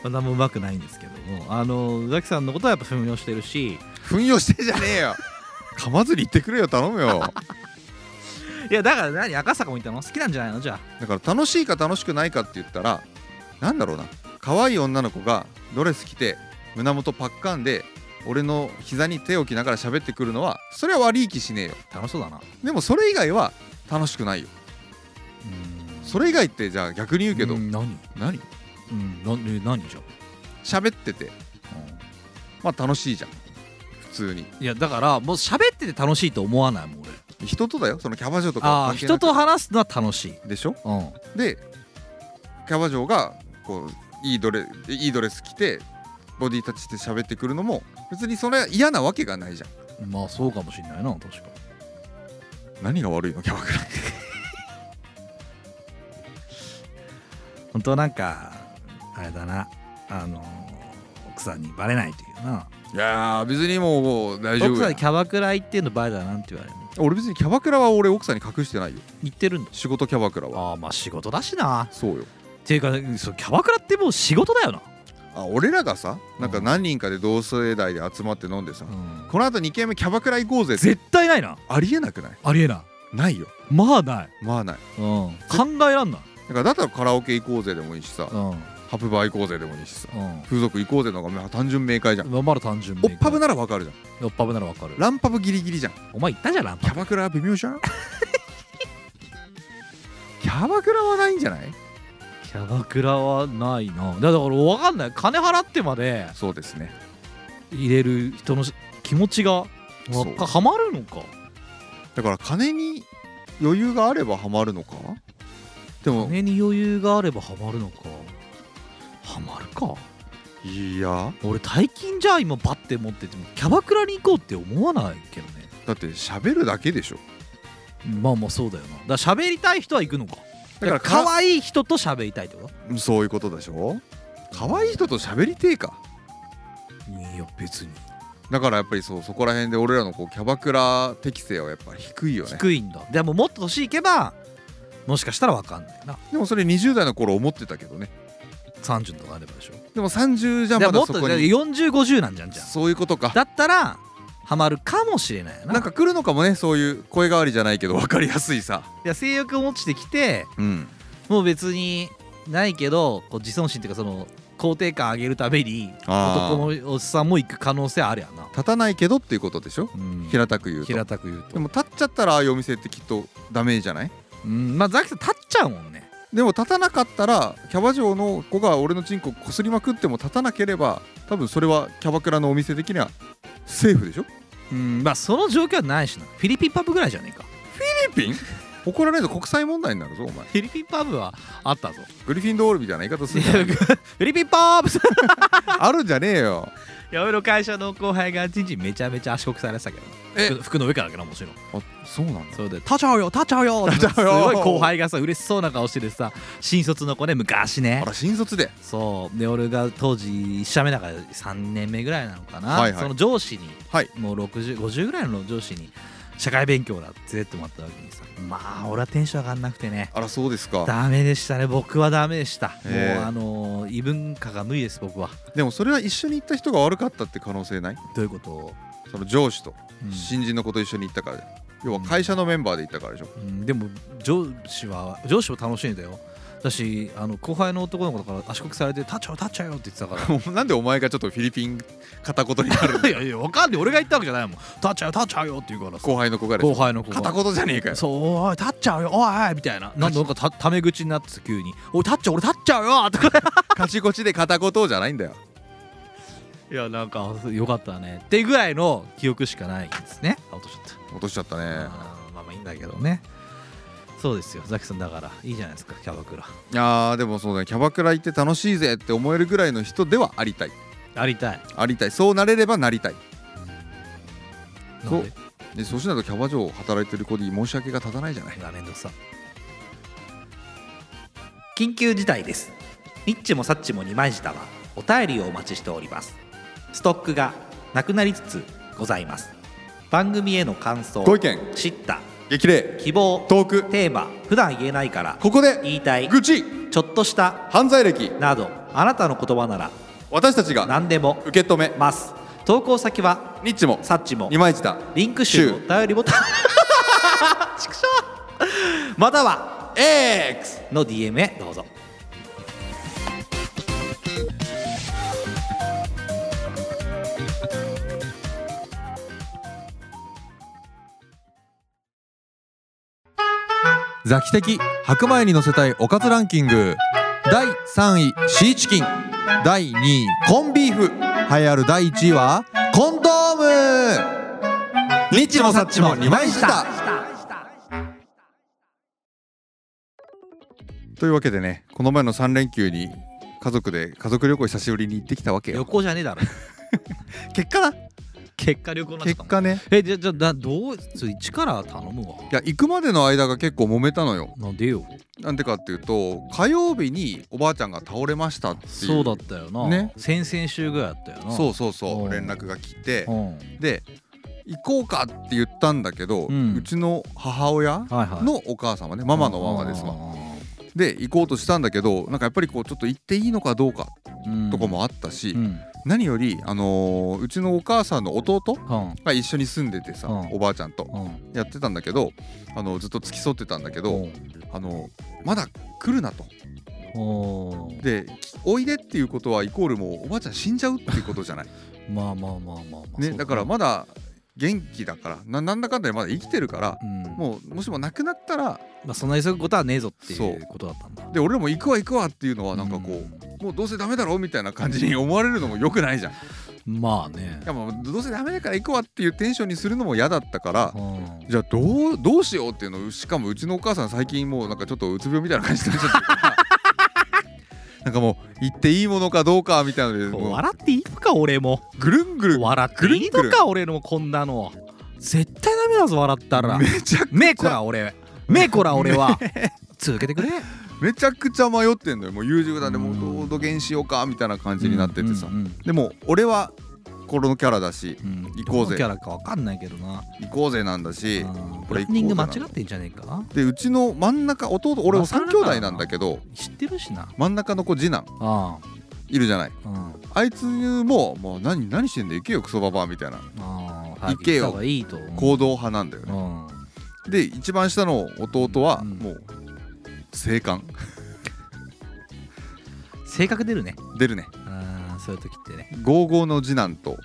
あ、何もうまくないんですけどもあのザキさんのことはやっぱ噴用してるし
ふんよしてじゃねえよ噛まずに言ってくれよ頼むよ
いやだから何赤坂も行ったの好きなんじゃないのじゃ
だから楽しいか楽しくないかって言ったらなんだろうな可愛い女の子がドレス着て胸元パッカンで俺の膝に手を置きながら喋ってくるのはそれは悪い気しねえよ
あ楽しそうだな
でもそれ以外は楽しくないよそれ以外ってじゃあ逆に言うけど、
うん何
何
うんなえ何じゃ
喋っててまあ楽しいじゃん普通に
いやだからもう喋ってて楽しいと思わないもん俺
人とだよそのキャバ嬢とか
あ
は
あ
関係な
人
く
と話すのは楽しい
でしょ
うん
でキャバ嬢がこういいドレいいドレス着てボディタッチして喋ってくるのも別にそれは嫌なわけがないじゃん
まあそうかもしんないな確か
何が悪いのキャバクラ
本当はなんかあれだなあの奥さんにバレないというな い
やー別にもう大丈
奥
夫
さん
や
にキャバクラ行ってんのバレたらなんて言われるの
俺別にキャバクラは俺奥さんに隠してないよ
行ってるんだ
仕事キャバクラは
ああまあ仕事だしな
そうよ
っていうかそうキャバクラってもう仕事だよな、
あ俺らがさなんか何人かで同世代で集まって飲んでさ、この後2軒目キャバクラ行こうぜって
絶対ないな
ありえなくない
ありえな
ないよ
いまあない、
まあない
うん、考えらんない、
だからだったらカラオケ行こうぜでもいいしさ、
うん
ハプバー行こうぜでもいいしさ
う
風俗行こうぜの方が単純明快じゃん、
ん、まあまだ単純
おっぱぶ
な
ならわかるじゃん
おっぱぶならわかる
ランパブギリギリじゃん
お前言ったじゃんラン
キ
パ
ャバクラは微妙じ ゃんキャバクラはないんじゃない
キャバクラはないなだから分かんない金払ってまで
そうですね
入れる人の気持ちが
そう
わかハマるのか
だから金に余裕があればハマるのかでも
金に余裕があればハマるのかハマるか
いや
俺大金じゃあ今バッて持っててもキャバクラに行こうって思わないけどね
だって喋るだけでしょ
まあまあそうだよなだから喋りたい人は行くのか
だから
可愛い人と喋りたいってこと
そういうことでしょ可愛い人と喋りてえか
いや別に
だからやっぱりそうそこら辺で俺らのこうキャバクラ適性はやっぱ低いよね
低いんだでももっと年いけばもしかしたら分かんないな
でもそれ20代の頃思ってたけどね
30とかあればでしょ
でも30じゃ
で
ま
もも
だそ
っと
こに
4050なんじゃんじゃん
そういうことか
だったらハマるかもしれないよな
なんか来るのかもねそういう声変わりじゃないけど分かりやすいさ
いや性欲を落ちてきて
うん
もう別にないけどこう自尊心っていうかその肯定感上げるために
あー
男のおっさんも行く可能性あるやな、
立たないけどっていうことでしょ
うん
平たく言うと
平たく言うと
でも立っちゃったらああいうお店ってきっとダメじゃない
うんまあザキさん立っちゃうもんね
でも立たなかったらキャバ嬢の子が俺のチンコこすりまくっても立たなければ多分それはキャバクラのお店的にはセーフでしょ
うんまあその状況はないしなフィリピンパブぐらいじゃねえか
フィリピン怒られると国際問題になるぞお前
フィリピンパブはあった ぞ
グリフィンドールみたいな言い方す
フ
るんじゃ ない
ィリピンパブ
あるんじゃねえよ
やめろ会社の後輩がちんちんめちゃめちゃ圧縮されてたけど
え
服服の上からだけどもちろん
あそうなんだ
それで「立ちゃうよ立ちゃうよ」って
立ちゃうよ
すごい後輩がさ嬉しそうな顔しててさ新卒の子ね昔ね
あら新卒で
そうで俺が当時1社目だから3年目ぐらいなのかな、
はいはい
その上司に、
はい
もう6050ぐらいの上司に社会勉強だって連れてってもらった時にさまあ俺はテンション上がんなくてね
あらそうですか
ダメでしたね僕はダメでしたも
へえ
うあのー異文化が無理です僕は
でもそれは一緒に行った人が悪かったって可能性ない
どういうことを、
その上司と
うん
新人の子と一緒に行ったから要は会社のメンバーで行ったからでしょ
うんでも上司は上司も楽しんでたよだしあの後輩の男の子だから足こきされて「立っちゃう立っちゃうよ」って言ってたから
もうなんでお前がちょっと フィリピン片言に なる
いやいやわかんねえ俺が言ったわけじゃないもん「立っちゃう立っちゃうよ」って言うからさ
後輩の子がでし
後
ょ
輩の子が
片言じゃねえかよ
そうおい立っちゃうよおいおいみたいななんかなんかたタメ口になってた急に「おい立っちゃう俺立っちゃうよ」とか
カチコチで片言じゃないんだよ
いやなんかよかったねってぐらいの記憶しかないですねあ落としちゃった
落としちゃったね
あーまあまあいいんだけどねそうですよザキさんだからいいじゃないですかキャバクラ
あーでもそうだねキャバクラ行って楽しいぜって思えるぐらいの人ではありたい
ありたい
ありたいそうなれればなりたい
なんで
でそうしないとキャバ嬢を働いてる子に申し訳が立たないじゃない
なめんどくさ
緊急事態ですニッチもサッチも二枚舌はお便りをお待ちしておりますストックがなくなりつつございます番組への感想
ご意見
知った
激励
希望
トーク
テーマ普段言えないから
ここで
言いたい
愚痴
ちょっとした
犯罪歴
などあなたの言葉なら
私たちが
何でも
受け止め
ます投稿先は
ニッチも
サッチも
二枚舌
リンク集のお便りボタン ちくしょうまたは X の DM へどうぞ
ザキ的白米に乗せたいおかずランキング第3位シーチキン第2位コンビーフ栄えある第1位はコンドームニッチもサッチも2枚舌
というわけでねこの前の3連休に家族で家族旅行久しぶりに行ってきたわけ
旅
よ
行じゃねえだろ
結果だ
結果旅行になっちゃ
結
ったも
果
ん
ね
えじゃじゃだどうそれ一から頼むわ
いや行くまでの間が結構揉めたのよ
なんでよ
なんでかっていうと火曜日におばあちゃんが倒れましたっていう
そうだったよな、
ね
先々週ぐらいだったよな
そうそうそううん連絡が来て
うんはい
で行こうかって言ったんだけど、
う
うんちの母親
はい
のお母様ねママのママですわ
う
で行こうとしたんだけどなんかやっぱりこうちょっと行っていいのかどうか
ん
とかもあったし、
うん、
何より、あのーうちのお母さんの弟
うん
が一緒に住んでてさ、
うん
おばあちゃんと
うん
やってたんだけどあのずっと付き添ってたんだけど、あのまだ来るなと
おー
できおいでっていうことはイコールもうおばあちゃん死んじゃうっていうことじゃない
まあまあまあまあまあ
ねだから、まだ元気だからななんだかんだでまだ生きてるから
そうだうん
もうもしも亡くなったら
まあ、そんな急ぐことはねえぞって
そ
い
う
うことだったんだ
で俺らも行くわ行くわっていうのはなんかこう、もうどうせダメだろみたいな感じに思われるのも良くないじゃん。い
うんまあね
やもうどうせダメだから行くわっていうテンションにするのも嫌だったから
う。ん
じゃあどうどうしようっていうのをしかもうちのお母さん最近もうなんかちょっとうつ病みたいな感じになっちゃってるから なんかもう行っていいものかどうかみたいなのでもう
笑っていいのか俺も
ぐるんぐるん
笑ってい
ぐるん
いの
ぐる
か俺のこんなの絶対ダメだぞ笑ったら
めちゃ
目こら俺目こら 俺は続けてくれ
めちゃくちゃ迷ってんのよもう優柔だねも
うん
うどうどげんしようかみたいな感じになっててさ、
うん
でも俺はこのキャラだし
うんうん
行こう
ど
ぜ
のキャラかわかんないけどな
行こうぜなんだし
うんオ
これ行こ
ー
うぜ
プニング間違ってんじゃねえか
でうちの真ん中弟俺
ま
も
あそれ
3兄弟なんだけど
知ってるしな
真ん中の子次男
あ
いるじゃない
あうん
あいつももう何何してんだよ行けよクソババアみたいな
ああ
行けよ
行った方がいいと
行動派なんだよ
う
ね、
ん
で一番下の弟は
うん
もう生還
性格出るね
出るね
うんそういう時ってね
55の次男と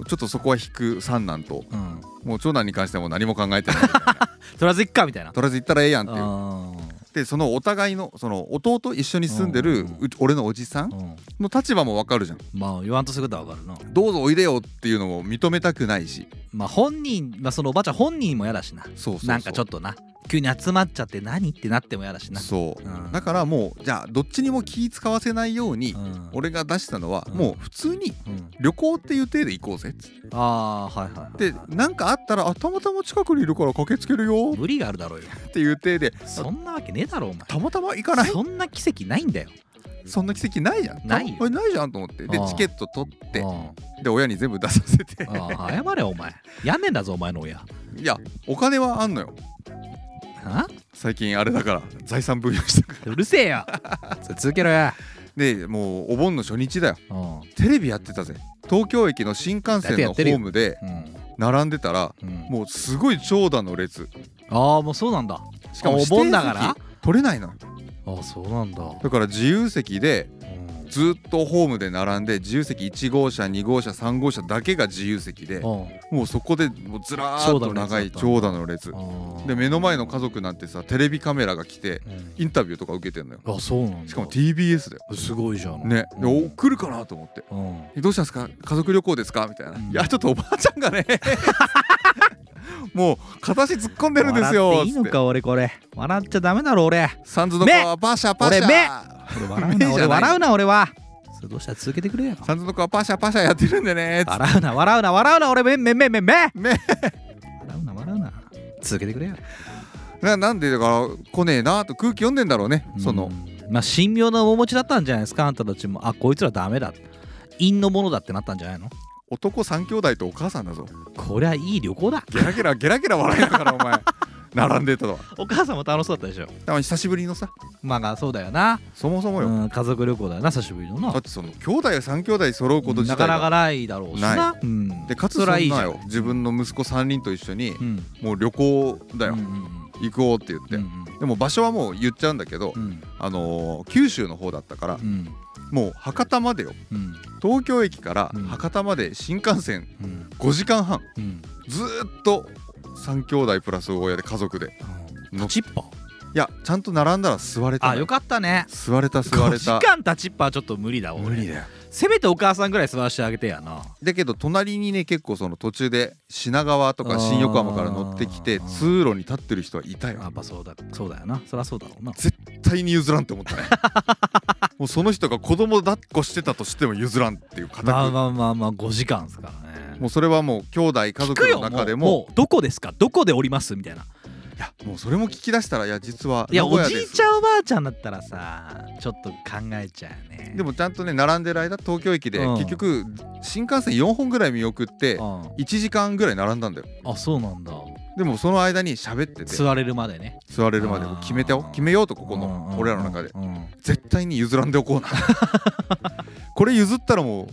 う
ちょっとそこは引く三男と
んうん
もう長男に関してはもう何も考えてない
とりあえず行っかみたいな
とりあえず行ったらええやんっていう
あ
でそのお互いのその弟一緒に住んで
う
る
んうん
うち俺のおじさん
ーうん
の立場もわかるじゃん
まあ言わんとすることはわかるな
どうぞおいでよっていうのも認めたくないし
まあ本人まあそのおばあちゃん本人も嫌だしな
そうそうそう
なんかちょっとな急に集まっちゃって何ってなっても嫌だしな
そう、
うん
だからもうじゃあどっちにも気使わせないように、
うん
俺が出したのは、
うん
もう普通に
うん
旅行っていう体で行こうぜっつっ
ああはいはい
てでなんかあったらあたまたま近くにいるから駆けつけるよ
無理があるだろうよ
っていう体で
そんなわけねえだろお前
たまたま行かない
そんな奇跡ないんだよ
そんな奇跡ないじゃん
ないよ
たないじゃんと思ってで
ああ
チケット取って
うん
で親に全部出させて
あー謝れお前やんねんだぞお前の親
いやお金はあんのよ
は
最近あれだから財産分与したから
うるせえ よそれ続けろよ
でもうお盆の初日だよ
うん
テレビやってたぜ東京駅の新幹線の
やっ
ホ
てるや
ー
っ
ムで
うん
並んでたら
うん
もうすごい長蛇の列
ああもうそうなんだ
しかも
あ
指
お
定
盆だ
席
から
取れないの
あそうなんだ、
だから自由席で
うん
ずっとホームで並んで自由席1号車2号車3号車だけが自由席でもうそこでもうずらーっと長い長
長
蛇の列
うん
で目の前の家族なんてさテレビカメラが来て
うん
インタビューとか受けてんのよ
あそうなんだ
しかも TBS だよ
すごいじゃん
ねで
うん
お来るかなと思って
う
「
ん
どうしたんですか家族旅行ですか?」みたいな「
うん
いやちょっとおばあちゃんが ねもう形突っ込んでるんですよ」
笑っていいの
つって
か俺これ笑っちゃダメだろ俺
サンズの子はパシャパシ
俺目
ャ
俺笑う
目
な
じ
俺
ゃない
笑うな俺はそれどうしたら続けてくれよ
サンズの子はパシャパシャやってるんでねつって
笑うな笑うな笑うな俺めめめめめ笑
目
うな笑うな続けてくれよ
ななんでだから来ねえなと空気読んでんだろうねその
うんまあ神妙な面持ちだったんじゃないですかあんたたちもあこいつらダメだ陰のものだってなったんじゃないの
男三兄弟とお母さんだぞ
こりゃいい旅行だ
ゲラゲラゲラゲラ笑いながらお前 並んでたとは
お母さんも楽しそうだったでしょ
でも久しぶりのさ
まあそうだよな、
そもそもよ、
うん、家族旅行だよな久しぶりのな
だってその兄弟三兄弟揃うこと自
な
体が
かなかないだろうしな
な
うん、
でかつそ
そ
んな
らいいじゃん
よ自分の息子三人と一緒に
うん
もう旅行だよ、
うんうん
行こうって言って、
うん
でも場所はもう言っちゃうんだけど、
うん
あのー九州の方だったから、
うん
もう博多までよ
うん
東京駅から
うん
博多まで新幹線
うん
5時間半
うん
ずーっと3兄弟プラス親で家族で
立ちっぱ
いやちゃんと並んだら座れたの
あよかったね
座れた座れ
5
た
時間立ちっぱはちょっと無理だわ俺
よ
せめてお母さんぐらい座らせてあげてやな
だけど隣にね結構その途中で品川とか新横浜から乗ってきて
あー
通路に立ってる人はいたよ
やっぱそうだそうだよなそりゃそうだろうな
絶対に譲らんって思っ たねもうその人が子供抱っこしてたとしても譲らんっていう固く、
まあまあまあまあ5時間ですからね
もうそれはもう兄弟家
聞
族
くよ
の中で
もう
も
もうどこですかどこで降りますみたいな
もいやもうそれも聞き出したらいや実はい
や
名古
お
屋
じ
で
い
す
ちゃんおばあちゃんだったらさちょっと考えちゃうね
でもちゃんとね並んでる間東京駅で
うん
結局新幹線4本ぐらい見送って
も
1時間ぐらい並んだんだよ
あそうなんだ
でもその間に喋ってて
座れるまでね
座れるまでもう決めてよ
あー
決めようとここ
うんうんう
の
ん
俺らの中で
うん
絶対に譲らんでおこうな これ譲ったらも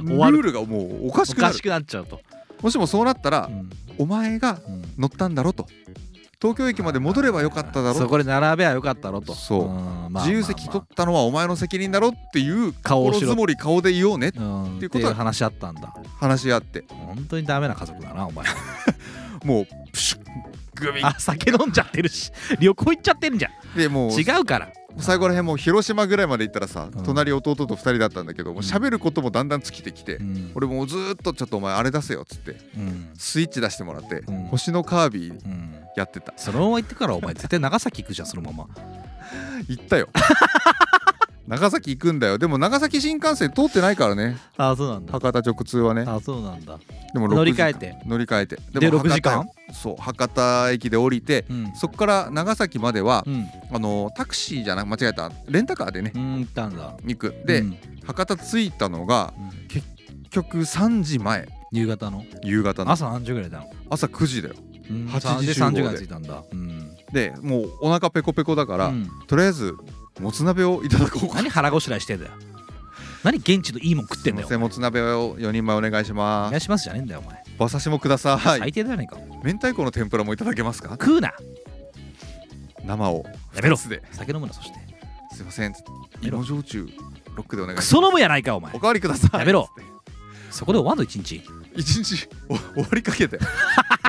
うル
終わる
ールがもうおかし
お
くな
か
る
しくなっちゃうと
もしもそうなったら
うん
お前が
うん
乗ったんだろと東京駅まで戻ればよかっただろ
そ
と
こで並べばよかったろと
そうん
まあまあまあ
自由席取ったのはお前の責任だろっていう
顔を
心
しろ
づもり顔で言おうね
うん
っ
って
い
ていう
こと
う
は
話し合ったんだ
話し合って
本当にダメな家族だなお前
もうプシュッグビッ
あ酒飲んじゃってるし旅行行っちゃってんじゃん
でもう
違うから
最後らへんもう広島ぐらいまで行ったらさ
うん
隣弟と2人だったんだけどもう喋ることもだんだん尽きてきて
うん
俺もうずーっとちょっとお前あれ出せよっつって
うん
スイッチ出してもらって
うん
星のカービィ
うん
やってた
そのまま行ってからお前絶対長崎行くじゃんそのまま
行ったよ 長崎行くんだよでも長崎新幹線通ってないからね
ああそうなんだ
博多直通はね
ああそうなんだ
でも
乗り
6時間
換えて
乗り換えて
で
も博多
6時間
そう博多駅で降りて
うん
そこから長崎までは
う、ん
あのタクシーじゃなく間違えたレンタカーでね
うん行ったんだ
行くで、
うん
博多着いたのが
うん
結局3時前
夕方の
夕方の
朝何時ぐらいだの
朝9時だよ
うん
8時
さんで
集合で
3時ぐらい着いたんだうん
でもうお腹ペコペコだから、
うん
とりあえずもつ鍋をいただこうか
何腹ごしらえしてんだよ何現地のいいもん食ってんだ
ま
よ
せんもつ鍋を4人前お願いし
お
ま
願
す
いしますじゃねえんだよお前
馬刺しもください
最低だよねえか
明太子の天ぷらもいただけますか
食うな
生を
やめろ
つで
酒飲むなそして
すいません
めろ
芋焼酎ロックでお願い
ク
します
ソ飲むやないかお前
おかわりください
やめろ
つって
そこで終わんの一日
一日お終わりか けても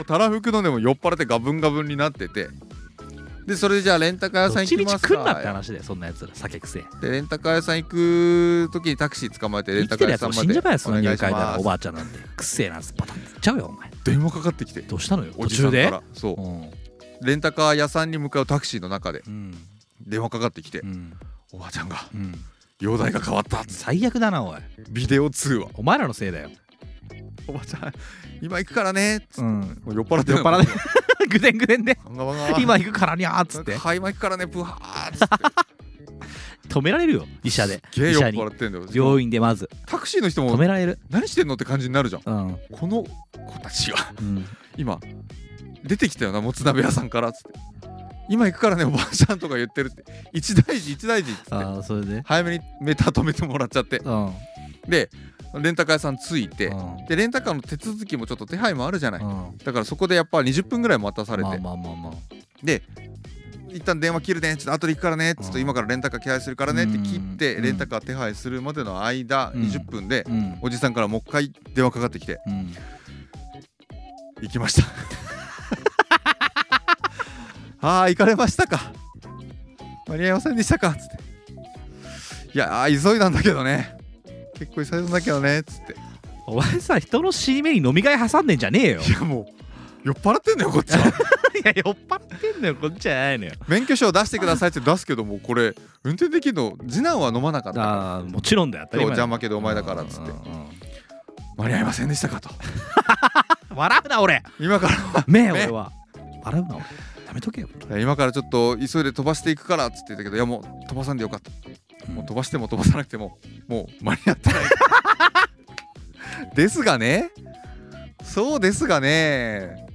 うたらふくのでも酔っ払ってガブンガブンになっててでそれでじゃあレンタカー屋さ
ど
ん
っ
行
ち
き
み
ま
ち
す
来んなって
か
話だよそんなやつら酒くせえ
でレンタカー屋さん行く時にタクシー捕まえてレン
生
タ
き
カー屋
てるやつ
さん
も
ま
死んじ
で
ゃうからその入
お願
会
いし
だな
ま
お
す
ばあちゃんなんてくせえなバタンっていっちゃうよお前
電話かかってきて
どうしたのよ
お
途
じさ
中
んか
で
らそううんレンタカー屋さんに向かうタクシーの中で
うん
電話かかってきて
うん
おばあちゃんが
うん
容体が変わったっつって
最悪だなおい
ビデオ通話
お前らのせいだよ
おばあちゃん今行くからねっつって
ん
もう酔っ払って
酔っ払
っ
って ぐでんぐでんで
ガンガバガ
今行くからにゃーっつって
買い巻きからねブハーっつって
止められるよ医者で
すっげえ
医
酔っ
者に
払ってんだよ
病院でまず
タクシーの人
止
も
められる
何してんのって感じになるじゃん
うん
この子たちが
うん
今出てきたよなもつ鍋屋さんからっつって今行くからねおばあちゃんとか言ってるって一大事一大事っつって
ああそれで
早めにメーター止めてもらっちゃって
うん
でレンタカー屋さん着いて
うん
でレンタカーの手続きもちょっと手配もあるじゃない
うん
だからそこでやっぱ20分ぐらい待たされ
まあ
て
まあまあまあ
で一旦電話切るねちょっと後で行くからねちょっと今からレンタカー手配するからねって切って
うん
レンタカー手配するまでの間
うん
20分で
うん
おじさんからもう一回電話かかってきて
うん
「行きました」 「ああ行かれましたか間に合いませんでしたか」つって「いやあー急いだんだけどね結構急いだんだけどね」つって
お前さ人の尻目に飲み会挟んでんじゃねえよ
いやもう酔っ払ってんだよこっちは
いや酔っ払ってんのよこっちじゃないのよ
免許証出してくださいって出すけどもうこれ運転できるの次男は飲まなかったから
ああもちろんだよ当たり前だ
今日邪魔けどお前だからっつって
うんうんうん
間に合いませんでしたかと
笑うな俺
今から
目
目
俺は笑うな俺やめとけよ
今からちょっと急いで飛ばしていくからっつって言ったけどいやもう飛ばさんでよかったもう飛ばしても飛ばさなくてももう間に合 ってないですがねそうですがね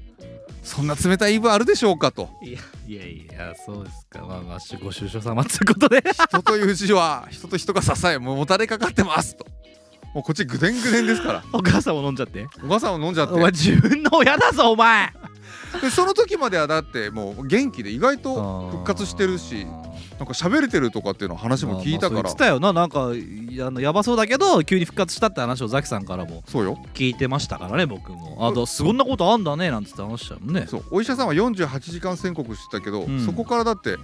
そんな冷たい言い分あるでしょうかと
いやいやいやそうですかまあまあご愁傷様ってことで
人という字は 人と人が支えもうもたれかかってますともうこっちぐでんぐでんですから
お母さんも飲んじゃって
お母さんを飲んじゃって
お前自分の親だぞお前
でその時まではだってもう元気で意外と復活してるしなんか喋れてるとかっていうの話も聞いたか
まあまあそう言
ら
ってたよななんかいやあのやばそうだけど急に復活したって話をザキさんからも
そうよ
聞いてましたからね僕もあとそんなことあんだねなんつって話したもんね
そうお医者さんは48時間宣告してたけど、
うん
そこからだって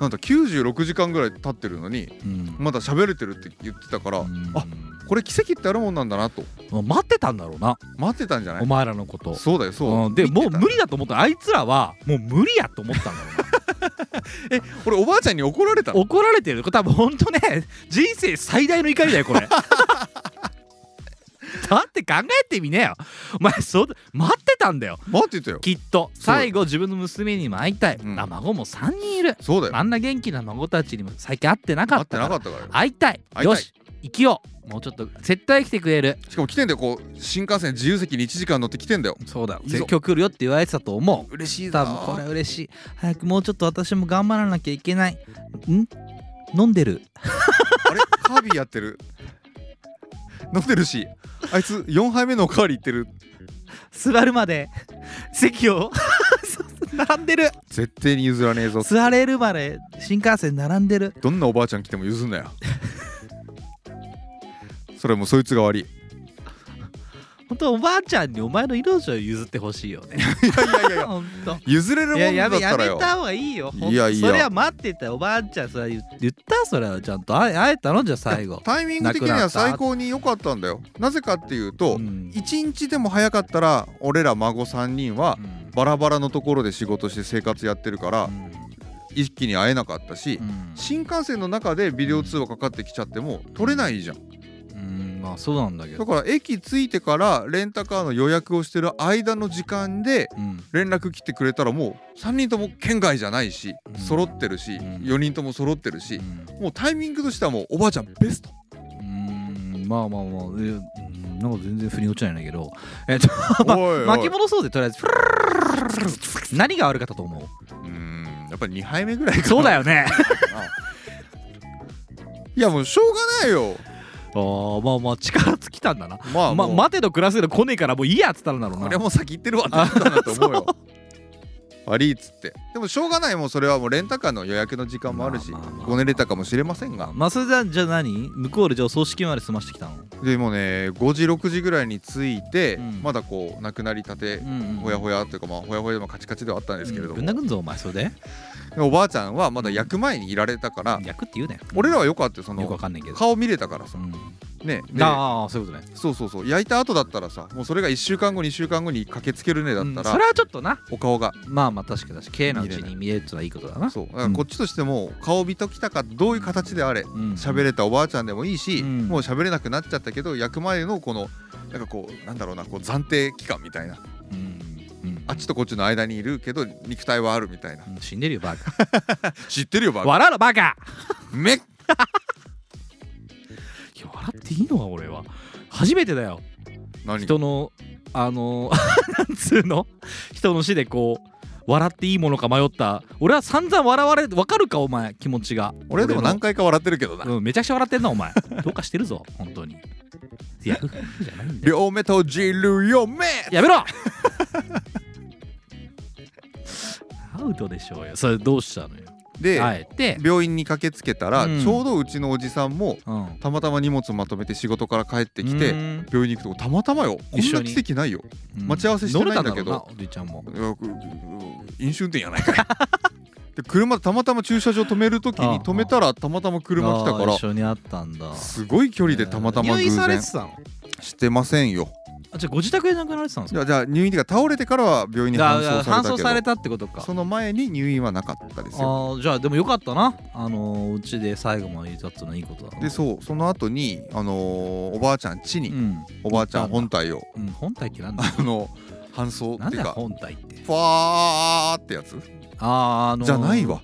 なんだ96時間ぐらい経ってるのに
うん
まだ喋れてるって言ってたから、
うん
あこれ奇跡ってあるもんなんだなと
もう待ってたんだろうな
待ってたんじゃな
お
い
前らのこと
そうだよそう、
うんで
見て
も
た
う無理だと思ったあいつらはもう無理やと思ったんだろう な
俺おばあちゃんに怒られたの
怒られてる多分ほんとね人生最大の怒りだ よこれだって考えてみねよお前そう待ってたんだよ
待ってたよ
きっと最後自分の娘にも会いたい、
うん
あ孫も3人いる
そうだよ
あんな元気な孫たちにも最近会ってなか
待
っ
って
たか
な
ら
かったからよ
会いたい
会いたい
よし生きようもうちょっと絶対来てくれる
しかも来てんだよこう新幹線自由席に1時間乗って来てんだよ
そうだ
いいぞ
今日来るよって言われてたと思う
嬉しい
多
だ
分これは嬉しい早くもうちょっと私も頑張らなきゃいけないん飲んでる
あれカービィやってる飲んでるしあいつ4杯目のおかわりいってる
座るまで 席を 並んでる
絶対に譲らねえぞ
座れるまで新幹線並んでる
どんなおばあちゃん来ても譲んな よそれもうそいつが悪い
本当おばあちゃんにお前の命を譲ってほしいよね
いやいやいやいや
本当
譲れるも
い
ん
や
だ
や
っ
め
た
や
ら
め
よ
た方がいいよほんと
いやいや
それは待ってたよおばあちゃんそれは言言ったそれはちゃんとあ会えたのじゃあ最後
タイミング的に
なくな
は
った
最高に良かったんだよなぜかっていうと、
うん
一日でも早かったら俺ら孫3人は
うん
バラバラのところで仕事して生活やってるから、一気に会えなかったし
う、ん
新幹線の中でビデオ通話かかってきちゃっても取れないじゃん
うんまあそうなんだけ
だ
ど
から駅着いてからレンタカーの予約をしてる間の時間で
うん
連絡来てくれたらもう3人とも県外じゃないし
うん
揃ってるし
うん
4人とも揃ってる
う
し
ん
もうタイミングとしてはもうおばあちゃんベスト
うんまあまあまあえうんなんか全然腑に落ちないんだけどえっと ま
おいおい
巻き戻そうでとりあえずプルルルルルルル何が悪かったと思う
うーんやっぱり2杯目ぐらいかな
そうだよね
いやもうしょうがないよ
あーまあまあ力尽きたんだな
まあ
ま
もう
待てど暮らせど来ねえからもういいやっつったんだろう
こ
な
れはもう先行ってるわってなったんだと思うよ悪いっつってでもしょうがないもうそれはもうレンタカーの予約の時間もあるし
まあまあまあ
ごねれたかもしれませんが
まあそれじゃじゃあ何向こうでじゃあ葬式まで済ましてきたの
でもね5時6時ぐらいに着いて
うん
まだこう亡くなりたてほ
ほ
やほやというかまあほやほやでもカチカチではあったんですけれど
ぶ
も
ん殴んぞお前それで
おばあちゃんはまだ焼く前にいられたから
役って言うね
俺らはよかったよそ
よくわ
の
かんないけど、
顔見れたからさ
うん
ねで
ああそういうことね
そうそうそう焼いた後だったらさもうそれが1週間後2週間後に駆けつけるねだ
うん
った
そ
ら
れはちょっとな
お顔が
まあまあ確かだし綺麗なうちに見れるってのはいいことだな
そうだからこっちとしても顔見ときたかどういう形であれ
うん
喋れたおばあちゃんでもいいし
うん
もう喋れなくなっちゃったけど焼く前のこのなんかこうなんだろうなこう暫定期間みたいな
うんうん
あっちとこっちの間にいるけど肉体はあるみたいな
うん死んでるよバカ
知ってるよバカ
笑うのバカ
めっ
いや笑っていいのか俺は初めてだよ
何
人のあの なんつうの人の死でこう笑っていいものか迷った俺は散々笑われわかるかお前気持ちが
俺でも
の
何回か笑ってるけどな
うん、めちゃくちゃ笑ってんなお前どうかしてるぞ本当にってやるんじゃないんだよ
両目閉じるよ目
やめろアウトでしょうよそれどうしたのよ
で、
あえて、
病院に駆けつけたら、
うん
ちょうどうちのおじさんも
うん、
たまたま荷物まとめて仕事から帰ってきて、
うん
病院に行くとこたまたまよこん
一
な
緒に
奇跡ないよ待ち合わせしてないんだけど
乗れたろうなおじちゃんも
いやく飲酒運転やないかい で車でたまたま駐車場止めるとき
ああ
に止めたらたまたま車来たか
あー
ら
一緒にあったんだ
すごい距離でたまたま
入
偶
院され
然
てたの
してませんよ
あじゃあご自宅で亡くなられてたんで
じ
すか
ゃあじゃあ入院が倒れてからは病院に搬
だ
送されたけ
から搬送
ど
されたってことか
その前に入院はなかったですよ
あーじゃあでもよかったなあのーうちで最後までいたっていうのはいいことだな
でそうその後にあのーおばあちゃん家に、
うん、
おばあちゃん本体を
うん、本体ってなんだ
あの搬送
な
っ
ん
てい
だ
う
よ
か
本体って
ファーってやつ
あーあのー
じゃないわ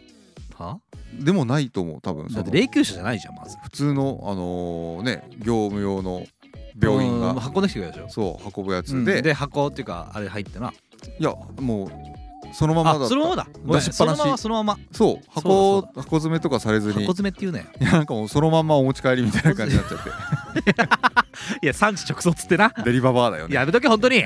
は
でもないと思う多分
だ
そ
って
の
霊柩車じゃないじゃんまず
普通のあのーね業務用の病院
うん
が
運んできてくれるでしょ
そう運ぶや
うん
つで、
で箱っていうかあれ入ってない
やもうそのままだった
あそのままだごめん
出しっぱなし
そのままそのまま
そう
そ
箱
うだ
箱詰めとかされず
箱
にい
詰めっていう ね
やなんかもうそのまんまお持ち帰りみたいな感じになっちゃって
いや産地直送っつってな
デリババアだよね
やめとけ本当に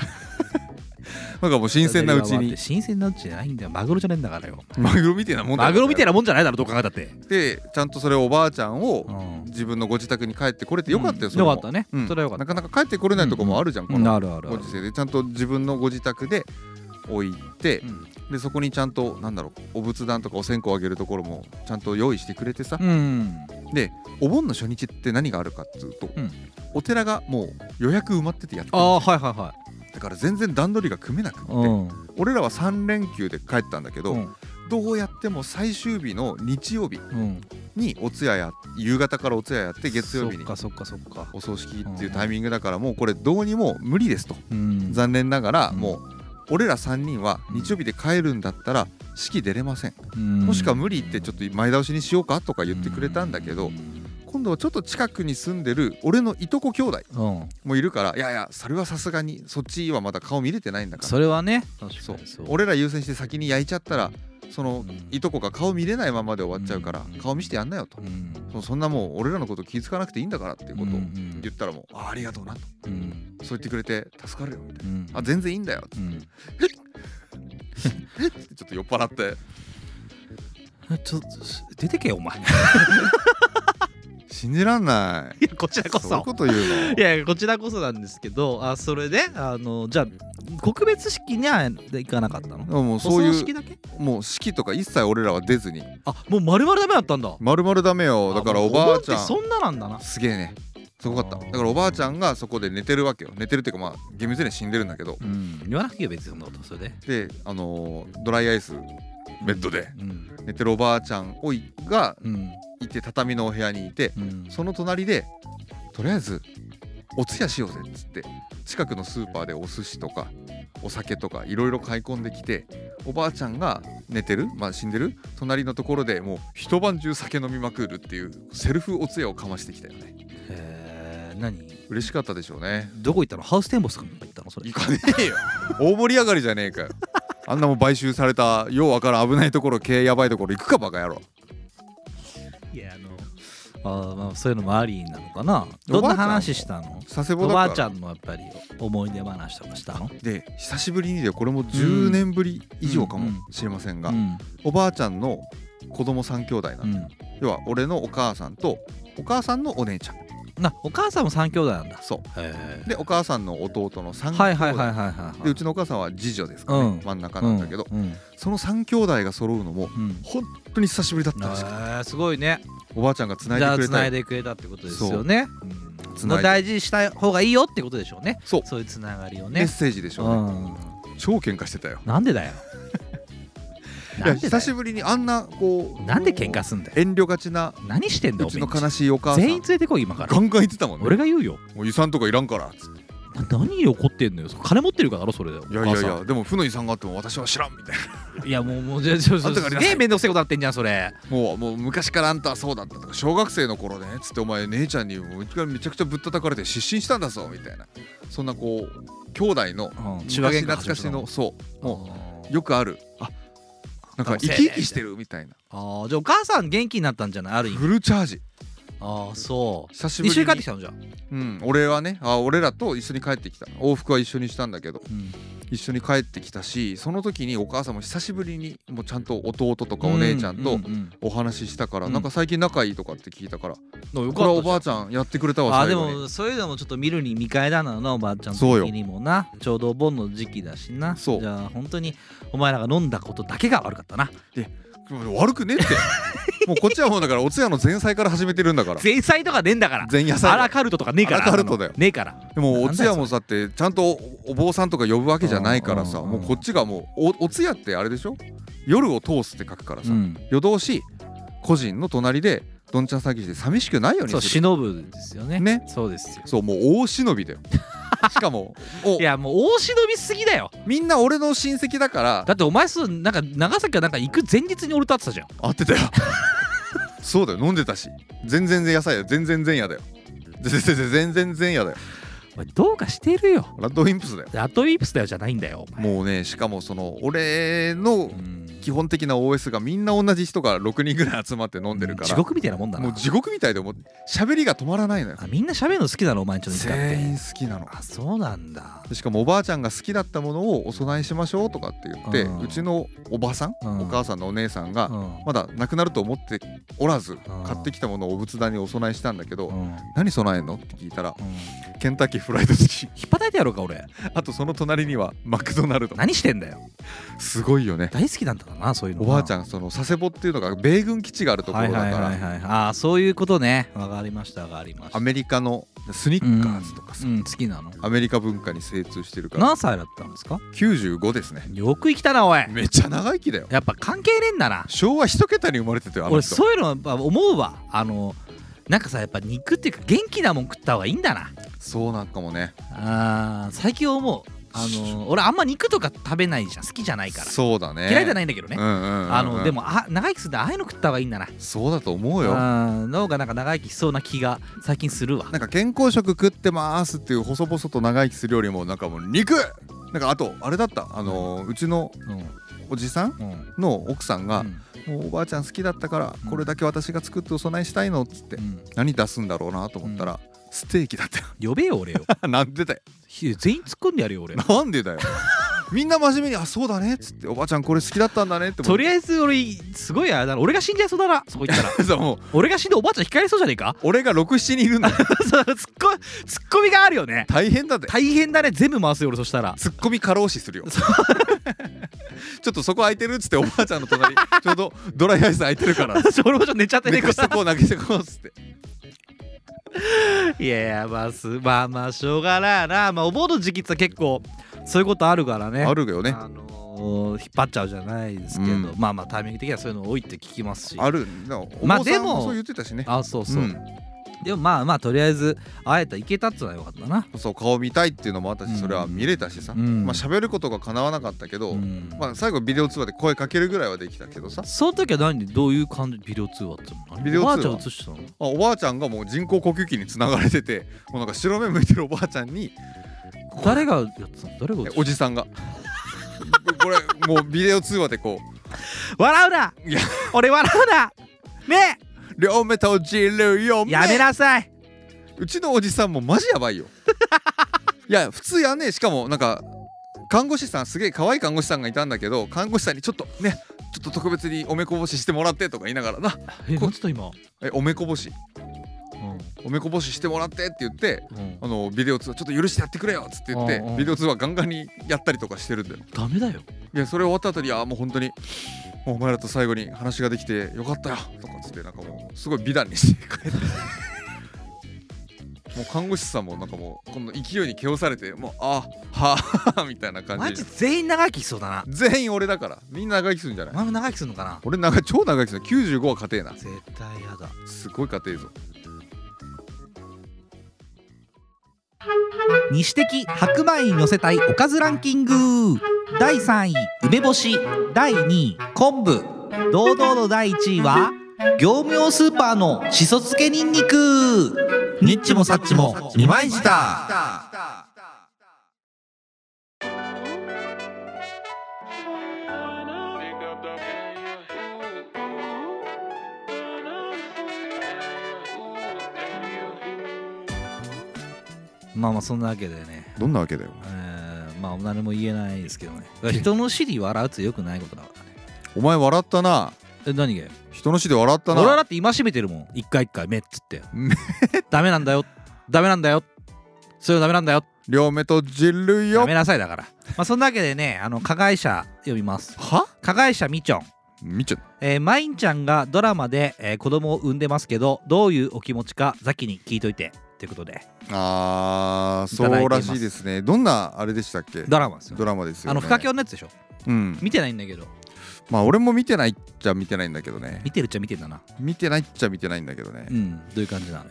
なんかもう新鮮なうちに
新鮮なうちじゃないんだよマグロじゃねえんだからよ
マグロみたいなもんだ
マグロみたい
な
なもんじゃないだろどう考えたって
でちゃんとそれをおばあちゃんを
うん
自分のご自宅に帰ってこれてよかったよ、
うん
それも
よかったね
うん
それはよかった
なかなか帰ってこれないとこもあるじゃん、こ
うん
の
あるあるあ
ご
る
時世でちゃんと自分のご自宅で置いて、でそこにちゃんとなんだろうお仏壇とかお線香をあげるところもちゃんと用意してくれてさ
う、んうん
でお盆の初日って何があるかっていうと、
うん
お寺がもう予約埋まっててやって
あ
る
あはいはいは
だから全然段取りが組めなくって、
いうん
俺らは3連休で帰ったんだけど、
うん
どうやっても最終日の日曜日
うん
にお通夜や夕方からお通夜やって月曜日
そっ
に
かそっかそっか
お葬式っていうタイミングだからもうこれどうにも無理ですと
うん
残念ながら
うん
もう俺ら3人は日曜日で帰るんだったら式出れませんもしくは無理ってちょっと前倒しにしようかとか言ってくれたんだけど今度はちょっと近くに住んでる俺のいとこ兄弟
うん
もいるからいやいやそれはさすがにそっちはまだ顔見れてないんだから
それはね確
そう
かにそう
俺ら優先して先に焼いちゃったらその
うん
いとこが顔見れないままで終わっちゃうから
うん
顔見してやんなよと
うん
そそんなもう俺らのこと気づかなくていいんだからっていうことを
うん
言ったらもうあありがとうなと
うん
そう言ってくれて助かるよみたい
うん
なあ全然いいんだよ
うん
ってちょっと酔っ払って
ちょっと出てけよお前 い
信じらんない
やこちら こ
そういう
そ
こと言うの
いやいやこちらこそなんですけどあそれであのじゃあ告別式には行かなかったの
もう
お
そう
葬
い
式
う
だけ
もう式とか一切俺らは出ずに
あもう丸々ダメだったんだ
まるまるダメよだからおばあちゃ
盆っ
ん
てそんななんだな
すげえねすごかった
あー
だからおばあちゃんがそこで寝てるわけよ寝てるっていうかまあ厳密には死んでるんだけど
うん言わなくていいよ別にそんなことそれで
であのードライアイスベッドで
うん
寝てるおばあちゃんをいが
うん
いて畳のお部屋にいて
うん
その隣でとりあえずお通夜しようぜっつって近くのスーパーでお寿司とかお酒とかいろいろ買い込んできておばあちゃんが寝てるまあ死んでる隣のところでもう一晩中酒飲みまくるっていうセルフお通夜をかましてきたよね
へえ何
嬉しかったでしょうね
どこ行ったのハウステンボスかなんか行ったのそれ
行かねえよ大盛り上がりじゃねえかよあんなもん買収されたようわからん危ないところ経営やばいところ行くかバカ野郎
いやあのあーまあそういうのもありなのかなど
お
ん
ばあちゃん
な話したの
佐世保
お
だ
ば
から
あちゃんのやっぱり思い出話とかしたの
で久しぶりにでこれも10年ぶり以上かもしれませんが、
うん
おばあちゃんの子供三兄弟なの、
うん
要は俺のお母さんとお母さんのお姉ちゃん
なお母さんも三兄弟なんだ
そ
へ
うでお母さんの弟の
え
三兄弟、
はいはいはいはいはいはい
でうちのお母さんは次女ですからね、
うん
真ん中なんだけど、
うんうん
その三兄弟が揃うのも
うん
本当に久しぶりだったらしくて
あーすごいね
おばあちゃんが繋
じゃ
い
あ
でくれ
つ
た
ない
よ
でくれたってことですよねうん
繋いで
大事にした方がいいよってことでしょうね
そう
そういうつながりを
メッ
ね
セージでし
う
ょうね、
ん
超喧嘩してたよ
なんで だよ
い
な
や
んで
久
だ
し
よ
ぶりにあんなこう
なんで喧嘩すんだよ
遠慮がちな
何してんだ
う
よ
ちの悲しいお母さん
全員連れてこい今から
ガンガン言ってたもんね
俺が言うよ
もう遺産とかいらんからっつって
な何に怒ってんのよ金持ってるからだろそれで
いやいやいやでも負の遺産があっても私は知らんみたいない
やもうもうじゃあちょち
あ
ょ
んたが
す
やりなさい
げえ面倒くせえことなってんじゃんそれ
もうもう昔からあんたはそうだったとか小学生の頃ねつってお前姉ちゃんにもう一回めちゃくちゃぶったたかれて失神したんだぞみたいなそんなこう兄弟の
千葉
昔
県が
懐かしのそうも
も
うよくあるあなんか生き生きしてるみたいな
あーじゃあお母さん元気になったんじゃないある意味
フルチャージ
ああそう
久しぶり
一
に
緒に帰ってきたのじゃあ、
うん、俺はねあ俺らと一緒に帰ってきた往復は一緒にしたんだけど一緒に帰ってきたしその時にお母さんも久しぶりにもうちゃんと弟とかお姉ちゃん
う
と
ううん
お話ししたから、
うん
なんか最近仲いいとかって聞いたから、
のよ
これは
か
お
ったじゃん
ばあちゃんやってくれたわ
あ
最
で
後に
もそういうのもちょっと見るに見返らなのなおばあちゃん
そうよ
的にもなちょうどお盆の時期だしな
そう
じゃあ本当にお前らが飲んだことだけが悪かったな
悪くねえって もうこっちはもうだからお通夜の前菜から始めてるんだ から
前菜とかねえんだから
前夜
ア
菜
ラカルトとかねえから
アラカルトだよ
ねえから
でもお通夜もさってちゃんとおお坊さんとか呼ぶわけじゃないからさ
うんうん
も
うん
うこっちがもうおお通夜ってあれでしょ夜を通すって書くからさ、
うん
夜通し個人の隣でどんちゃん騒ぎして寂しくないよう
そう
にする
忍ぶんですよね
ね
そうですよ
そうもう大忍びだ よしかもお
いやもう大忍びすぎだよ
みんな俺の親戚だから
だってお前そうなんか長崎かなんか行く前日に俺と会ってたじゃん
合ってたよ そうだよ飲んでたし全然前夜さよ全然前夜だよ全然全然前夜だよ
お前どうかしてるよ
ラッドウィンプスだよ
ラッドウィープスだよじゃないんだよお前
もうねしかもその俺の
うん
基本的な OS がみんな同じ人が6人ぐらい集まって飲んでるから
地獄みたいなもんだな
もう地獄みたいでもう喋りが止まらないのよ
あみんな喋るの好きなのお前んちょっと
全員好きなの
あそうなんだ
でしかもおばあちゃんが好きだったものをお供えしましょうとかって言って
うん
うちのおばさん
うん
お母さんのお姉さんが
うん
まだ亡くなると思っておらず
ん
買ってきたものをお仏壇にお供えしたんだけ
う
ど
ん
何供えんのって聞いたら
うん
ケンタッキーフライドチキン
引っ張られてやろうか俺
あとその隣にはマクドナルド
何してんだよ
すごいよね
大好きなんだからなそういうの
おばあち
ん
ゃんその佐世保っていうのが米軍基地があるとこ
は
ろ
い
だか
はいはい
ら
はいああそういうことねわかりましたわかりました
アメリカのスニッカーズとかさ
うん好きなの
アメリカ文化に精通してるから
何歳だったんですか
95ですね
よく生きたなおい
めっちゃ長生きだよ
やっぱ関係ねえんだな
昭和一桁に生まれてたよあの
俺
人
そういうのやっぱ思うわあのなんかさやっぱ肉っていうか元気なもん食った方がいいんだな
そうなんかもね
あー最近思うあの俺あんま肉とか食べないじゃん好きじゃないから
そうだね
嫌いじゃ
い
ないんだけどね
うんうんうんうん
あのでもあ長生きするんだああいうの食った方がいいんだな
そうだと思うよ
うん脳がなんか長生きしそうな気が最近するわ
なんか健康食食ってますっていう細々と長生きするよりもなんかもう肉なんかあとあれだったあのーうちの
うん
おじさん
うん
の奥さんが
う
「
ん
もうおばあちゃん好きだったから
うん
これだけ私が作ってお供えしたいの」っつって
うん
何出すんだろうなと思ったらステーキだったよ
呼べよ俺よ
なんでだよ
ひ全員突っ込んでやるよ俺
なんでだよみんな真面目に「あそうだね」っつって「おばあちゃんこれ好きだったんだね」って
とり
あ
あえず俺すごいあれだな俺が死んじゃいそうだなそこ 行ったら
えずもう
俺が死んでおばあちゃん控えそうじゃねえか
俺が67人いるんだよ
そうツッコツッコミがあるよね
大変だぜ
大変だね全部回すよ俺そしたら
ツッコミ過労死するよちょっとそこ空いてるっつっておばあちゃんの隣ちょうどドライアイス空いてる から
それもちょっと寝ちゃってね
寝
え
か
か
してこう投げてこうっつって
いやいやまあすまあまあしょうがないなまあお盆の時期って結構そういうことあるからね
あるよね
あのー引っ張っちゃうじゃないですけど、
うん
まあまあタイミング的にはそういうの多いって聞きますし
あるなお
まあ
坊さん
でも
もそう言ってたしね
あそうそう、
うん
でもまあまあとりあえず会えた行けたっつうのはよかったな
そう顔見たいっていうのもあった
うん
しそれは見れたしさ
うん
まあ喋ることが叶わなかったけど
うん
まあ最後ビデオ通話で声かけるぐらいはできたけどさ
その時は何でどういう感じビデオ通話っての何
ビデオ通話
おばあちゃん映してたの
あおばあちゃんがもう人工呼吸器につながれててもうなんか白目向いてるおばあちゃんに
誰がやってたの誰が映してた
お
の
じさんが これもうビデオ通話でこう
笑うない
や
俺笑う なね
両目閉じるよ
やめなさいう
ちのおじさんもマジやばいよ いや普通やねしかもなんか看護師さんすげえ可愛い看護師さんがいたんだけど看護師さんにちょっとねちょっと特別におめこぼししてもらってとか言いながらな
え
こ
なんつった今
えおめこぼし
う
おめこぼししてもらってって言って
んうん
あのビデオ通話ちょっと許してやってくれよっつって言って
うんうん
ビデオ通話ガンガンにやったりとかしてるんだよ
ダメだよ
いやそれ終わった後にあーもう本当にもうお前らと最後に話ができてよかったよとかっつってなんかもうすごい美談にして 帰ってもう看護師さんもなんかもうこの勢いに気をされてもうあはあみたいな感
マ
じ
ジ
で
全員長生きしそうだな
全員俺だからみんな長生きするんじゃ
お
ない
前も長生きするのかな
俺長い超長生きする95は家庭な
絶対やだ
すごい家庭ぞ
西的白米に乗せたいおかずランキング第3位梅干し第2位昆布堂々の第1位は業務用スーパーのしそ漬けにんにくニッチもサッチも二枚舌まあまあそんなわけでね、
どんなわけだよ
えーまあ何も言えないですけどね人の尻笑うってよくないことだからね
お前笑ったな
え何がよ
人の死で笑った
俺はだ
な
って戒めてるもん一回一回目っつって
目
ダメなんだよダメなんだよそれはダメなんだよ
両目とじる
や
よ
めなさいだからまあそんなわけでねあの加害者読みます
は
加害者みちょん
みちょ
えー、マインちゃんがドラマで、えー子供を産んでますけどどういうお気持ちかザキに聞いといてということで
あー
いただ
そ
いて
う
いま
ら
す
しいですねどんなあれでしたっけ
ドラマですよ、
ドラマですよ、ね、
あの深京のやつでしょ
うん
見てないんだけど
まあ俺も見てないっちゃ見てないんだけどね
見てるっちゃ見てんだな
見てないっちゃ見てないんだけどね
う、んどういう感じなのよ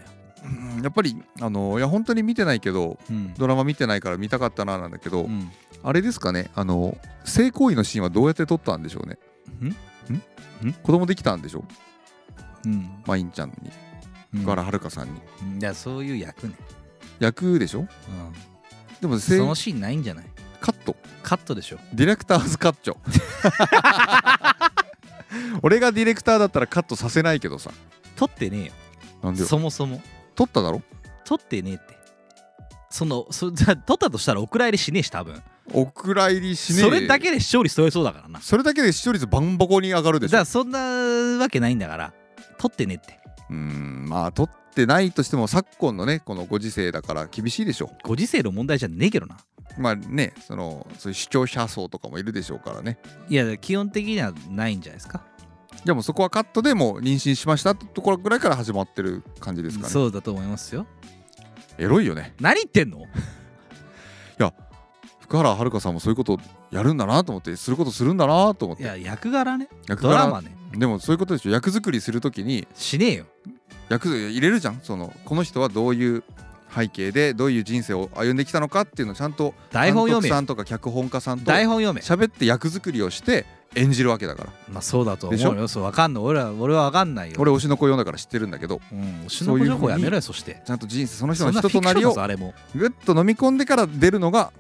うんやっぱりあのいや本当に見てないけど
うん
ドラマ見てないから見たかったななんだけど、
うん
あれですかねあの性行為のシーンはどうやって撮ったんでしょうね
ん
子供できたんでしょ
うん
マインちゃんに
うん
福原遥さんに
いやそういう役ね、
役でしょ
うん、
でも
そ
性
のシーンないんじゃない
カット
カットでしょ
ディレクターズカッ チョ俺がディレクターだったらカットさせないけどさ
撮ってね
なん
え
で
よ
よ
そもそも
撮っただろ
撮ってねえってそのそ じゃあ撮ったとしたらお蔵入りしねえし多分
お蔵入りしねえ
それだけで視聴率取れそうだからな
それだけで視聴率バンボコに上がるで
だ
し
か
ょ
らそんなわけないんだから撮ってねえって
うーんまあ撮ってないとしても昨今のねこのご時世だから厳しいでしょ
ご時世の問題じゃねえけどな
まあねそのそういう視聴者層とかもいるでしょうからね
いや基本的にはないんじゃないですか
でもうそこはカットでもう妊娠しましたってところぐらいから始まってる感じですかね
そうだと思いますよ
エロいよね
何言っ てんの
福原遥さんもそういうことやるんだなと思ってすることするんだなと思っ
い
て
や役柄ね
役
ド
柄
ラマね
でもそういうことでしょ役作りするときに
しねえよ
役入れるじゃんそのこの人はどういう背景でどういう人生を歩んできたのかっていうのをちゃんと
台本
監
読
督
め
さ
よ
んとか脚本家さんと
台本読め
喋って役作りをして演じるわけだから
まあそうだと
でし
思うよそうわかんの俺は俺はわかんないよ
俺推しの子読んだから知ってるんだけど
うんおしのこ情報やめろよそして
ちゃんと人生その人
そ
の
んな
人
フィ
と
ク
な
ション
り
だ
を
ぞあれも
ぐっと飲み込んでから出るのが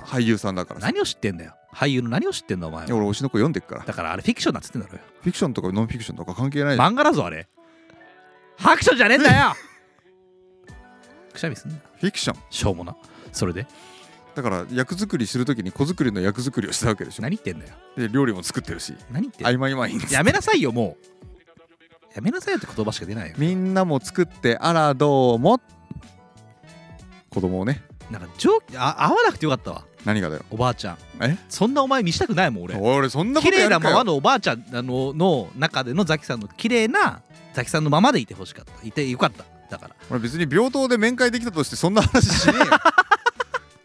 俳優さんだからさ
何を知ってんだよ俳優の何を知ってんだお前
いや
は
俺推しの子読んでっから
だからあれフィクションだっつってんだろよ
フィクションとかノンフィクションとか関係ないじゃん
漫画だぞあれハクションじゃねえんだ よくしゃみすんな
フィクション
しょうもなそれで
だから役作りするときに子作りの役作りをしたわけでしょ
何言ってんだよ
で料理も作ってるし
何言ってんだよ
あいまいまいんです
やめなさいよもうやめなさいよって言葉しか出ないよ
みんなも作ってあらどうも子供をね
なんか上あ会わなくてよかったわ
何がだよ
おばあちゃん
え
そんなお前見したくないもん俺
俺そんなこ
綺
とや
麗
る
な
か
まま
よ
のおばあちゃんあのの中でのザキさんの綺麗なザキさんのままでいてほしかったいてよかっただから
俺別に病棟で面会できたとしてそんな話しねえよ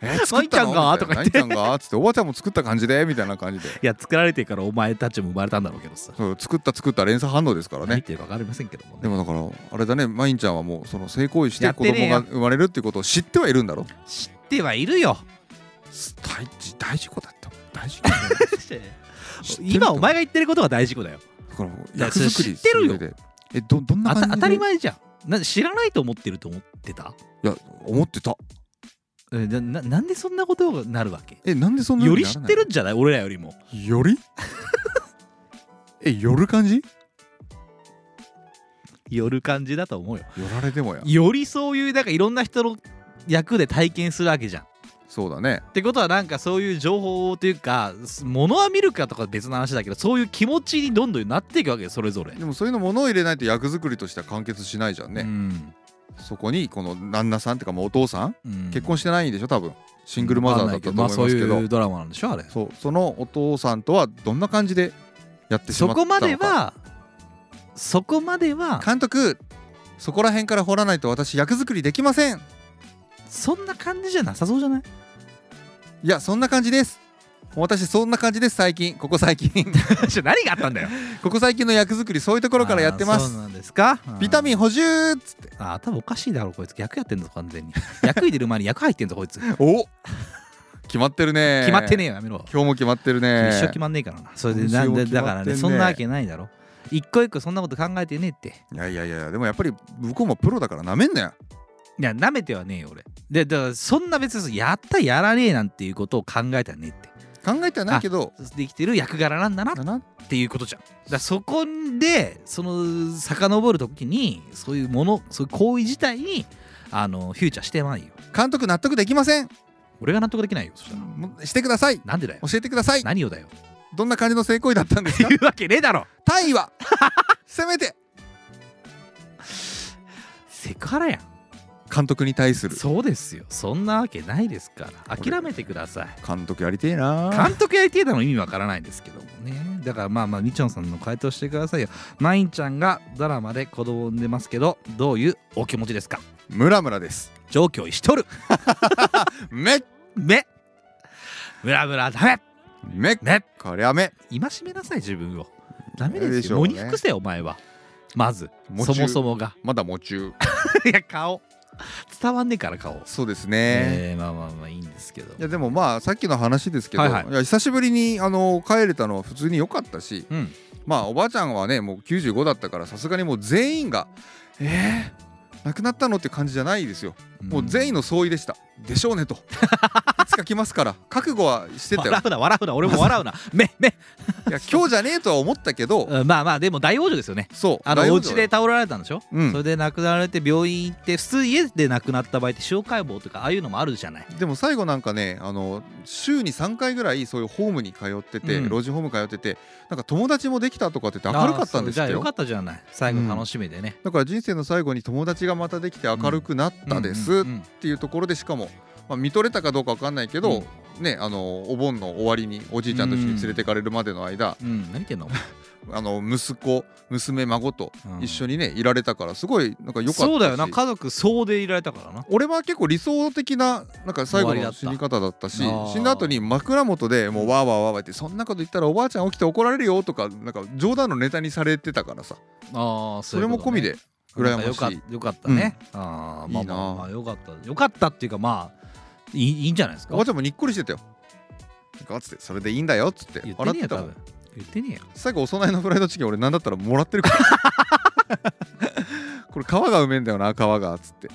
え作ったの
マイちゃんがとか言って
マイちゃんがつっておばあちゃんも作った感じでみたいな感じで
いや作られてからお前たちも生まれたんだろうけどさ、
そう作った作った連鎖反応ですから
何言っ
ね
てるか分かりませんけども
で
ね
もだからあれだねマインちゃんはもうその性行為して
やっ
子
てねえ
供が
よ
生まれるっていうことを知ってはいるんだろ
知ってはいるよ
大事大事故だ って大事故だよ知ってる
今お前が言ってることが大事故だよ
だからもう
いや
役作り
それ知ってるよ
す上でえどどんな
あた
感じで
当たり前じゃんな知らないと思ってると思ってた
いや思ってた
えなななんでそんなことになるわけ
えなんでそんな
よ
風に
り
な
知
ら
っ
ない
てるんじゃない俺らよりも
より え寄る感じ
寄る感じだと思うよ
寄られてもや
よりそういうなんかいろんな人の役で体験するわけじゃん
そうだね
ってことはなんかそういう情報というかす物は見るかとか別の話だけどそういう気持ちにどんどんなっていくわけよそれぞれ、
でもそういうの物を入れないと役作りとしては完結しないじゃんね、
うん
そこにこの旦那さんっていうかもうお父さん、
うん
結婚してないんでしょ多分シングルマザーだったと思いますけど,、そ
わかんないまあ、そう
う
いうドラマなんでしょあれ
そのお父さんとはどんな感じでやってし
そ
まった
こ
のか
まではそこまでは
監督そこら辺から掘らないと私役作りできません
そんな感じじゃなさそうじ ゃない
いやそんな感じです私そんな感じです最近ここ最近
じゃあ何があったんだよ
ここ最近の役作りそういうところからやってま
あーそ
す
うなんですか
ビタミン補充っつって
あー頭おかしいだろこいつ役やってんぞ完全に 役入れる前に役入ってんぞこい つ決
お決まってるね
まってねえよやめろ
今日も決まってるね
一生決まんねえからなそれで
今
な
週
ん
も
で
決ま
だ
ってんね
からねそんなわけないだろ一個一個そんなこと考えてねえって
いやいやいやでもやっぱり向こうもプロだからなめんなよ
いや舐めてはねえよ俺でだからそんな別にやったやらねえなんていうことを考えたらねえって
考えてはないけど
できてる役柄なんだな
だな
っていうことじゃんだからそこでその遡る時にそういうものそういう行為自体にあのフューチャーしてないよ
監督納得できません
俺が納得できないよそしたら
もしてください
なんでだよ
教えてください
何をだよ
どんな感じの性行為だったんです か
言うわけねえだろ
タイはせめて
セクハラやん
監督に対する
そうですよそんなわけないですから諦めてください
監督やりてえな
監督やりてえだの意味わからないですけどもねだからまあまあみちょんさんの回答してくださいよまいんちゃんがドラマで子供を産んでますけどどういうお気持ちですか
ムラムラです
上京しとる
めっ
目ムラムラダメ
めっ
目
こりゃめ
戒めなさい自分をダメで
ですしょ
よ
う
喪
ね
に服せよお前はまず
喪
そ
中
もそもが
まだ夢中
いや顔伝わんねえから顔
そうですね、
えー、まあまあまあいいんですけど
いやでもまあさっきの話ですけど、
はい
い
はい
や久しぶりにあの帰れたのは普通に良かったし
うん
まあおばあちゃんはねもう95だったからさすがにもう全員が「えー、亡くなったの?」って感じじゃないですよもう全員の相違でした。でしょう ねと。いつか来ますから覚悟はしてたよ
笑。うな笑うな俺も笑うな目目
いや今日じゃねえとは思ったけど、
うんまあまあでも大往生ですよね
そう。
あ
大
の
丈夫
お家で倒れられたんでしょ、
うん
それで亡くなられて病院行って普通家で亡くなった場合って司法解剖とかああいうのもあるじゃない
でも最後なんかねあの週に3回ぐらいそういうホームに通ってて、
うん
老人ホーム通っててなんか友達もできたとかって言って明るかったんです
ああそうじゃあ
って
よ
よ
かったじゃない最後楽しみでね、
だから人生の最後に友達がまたできて明るくなったです
うん
っ
うんうん
ていうところでしかも、まあ、見とれたかどうかわかんないけど、
うん
ね、あのお盆の終わりにおじいちゃんと一緒に連れてかれるまでの間、
うん何言ってんのお前
あの息子娘孫と
うん
一緒にね、いられたからすごいなんか良かったし
そうだよな家族総でいられたからな
俺は結構理想的ななんか最後の死に方だったし
終わりだった
死んだ後に枕元でもうわーわーわーわーってそんなこと言ったらおばあちゃん起きて怒られるよとかなんか冗談のネタにされてたからさ
ああ
それも込みで羨ましい
よかよかったね、ああまあ
いいな
まあまあよかったよかったっていうかまあいいいいんじゃないですか
おばあちゃんもにっこりしてたよ。ガッつってそれでいいんだよっつって
言って
笑
ね
っ
えよ
てた
多
もん
分言ってねえよ
最後お供えのフライドチキン俺なんだったらもらってるから これ皮がうめえんだよな皮がっつって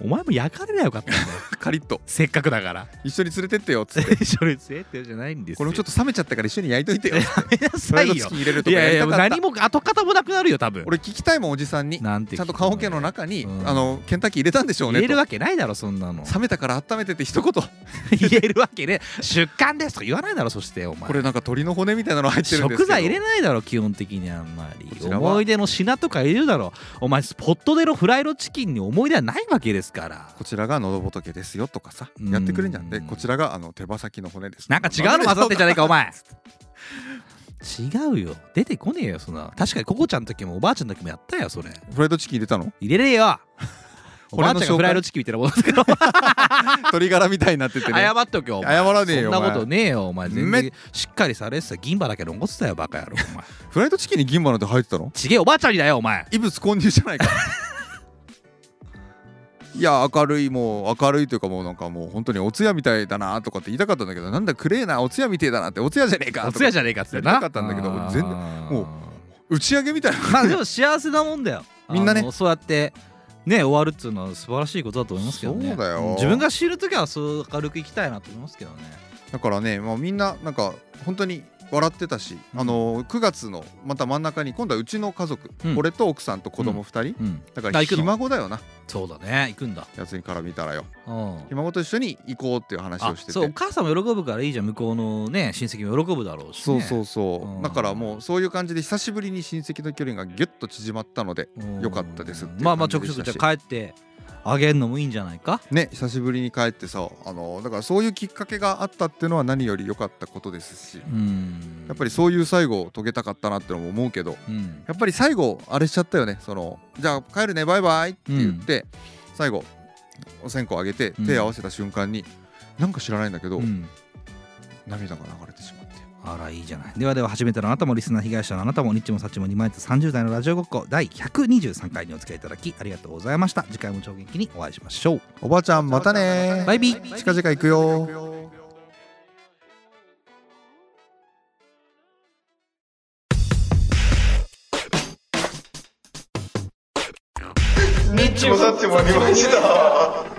お前も焼かれりゃよかったんだよ
カリッと
せっかく だから
一緒に連れてってよっつって
それせってじゃないんですよ
これもちょっと冷めちゃったから一緒に焼いといてよっつって
やめな
フ
さ
ライド
い
チ
よ
キン入れると
い
か
や
や
い
りた
や
かった
何も跡形もなくなるよ多分
俺聞きたいもんおじさんに
なんて
ちゃんと棺桶の中に、
うん
あのケンタッキー入れたんでしょうね
入れる
と
わけないだろそんなの
冷めたから温めてって一 言こ
入 れるわけね出荷ですとか言わないだろそしてお前
れなんか鳥の骨みたいなの入ってるんですけど
食材入れないだろ基本的にあんまり
ちらは
思い出の品とか入れるだろお前ポットでのフライドチキンに思い出はないわけですから
こちらが喉仏ですよとかさ
うん
やってくれんじゃんでこちらがあの手羽先の骨です
なんか違うの混ざってんじゃねえかお前違うよ出てこねえよそんな確かにココちゃんの時もおばあちゃんの時もやったよそれ
フライドチキン入れたの
入れねえよおばあちゃん
俺の紹
が
介
フライドチキンみたいなもんです けど
鶏ガラみたいになっててね
謝っとけよお前
謝らねえよ
そんな
お前
ことねえよお前全
め
然しっかりされてた銀歯だけ残ってたよバカ野郎お前
フライドチキンに銀歯なんて入ってたの
ちげえおばあちゃんにだよお前
異物混入じゃ ないかいや明るいもう明るいというかもうなんかもう本当にお通夜みたいだなとかって言いたかったんだけどなんだクレーなお通夜みてえだなってお通夜じゃねえか
お
と
つ
か
やじゃねえかっつって
や
な
りたかったんだけど
あー
全然もう打ち上げみたいな
ま あでも幸せなもんだよ
みんなね
あのそうやってね終わるっつうのは素晴らしいことだと思いますけどね
そうだよ
ん自分が死ぬ時はそう明るく生きたいなと思いますけどね
だからね、まあ、みんななんか本当に笑ってたし、
うん
あの9月のまた真ん中に今度はうちの家族、
うん
俺と奥さんと子供2人、
うん
だから
あ行くの
ひ孫だよな
そうだね行くんだ
やつにから見たらよ
うん
ひ孫と一緒に行こうっていう話を
あ
してて
そうお母さんも喜ぶからいいじゃん向こうのね親戚も喜ぶだろうし、
そ
ね、
うそうそう、
うん
だからもうそういう感じで久しぶりに親戚の距離がギュッと縮まったので
うん
よかったですっていう
まあまあちょ
感じ
くち
で
ょ
した
く
し
じゃあ帰ってあげるのもいいんじゃないか
ね久しぶりに帰ってさあのだからそういうきっかけがあったっていうのは何より良かったことですし、
うん
やっぱりそういう最後を遂げたかったなってのも思うけど
うん
やっぱり最後あれしちゃったよねそのじゃあ帰るねバイバイって言って、最後お線香あげて
うん
手合わせた瞬間に、なんか知らないんだけど、
うん
涙が流れてしまって
あらいいじゃないではでは初めてのあなたもリスナー被害者のあなたもニッチもサッチも2枚と30代のラジオごっこ第123回にお付き合いいただきありがとうございました次回も超元気にお会いしましょう
おばあちゃんまたね
バイビー
近々行くよ
ニッチもサッチもありました。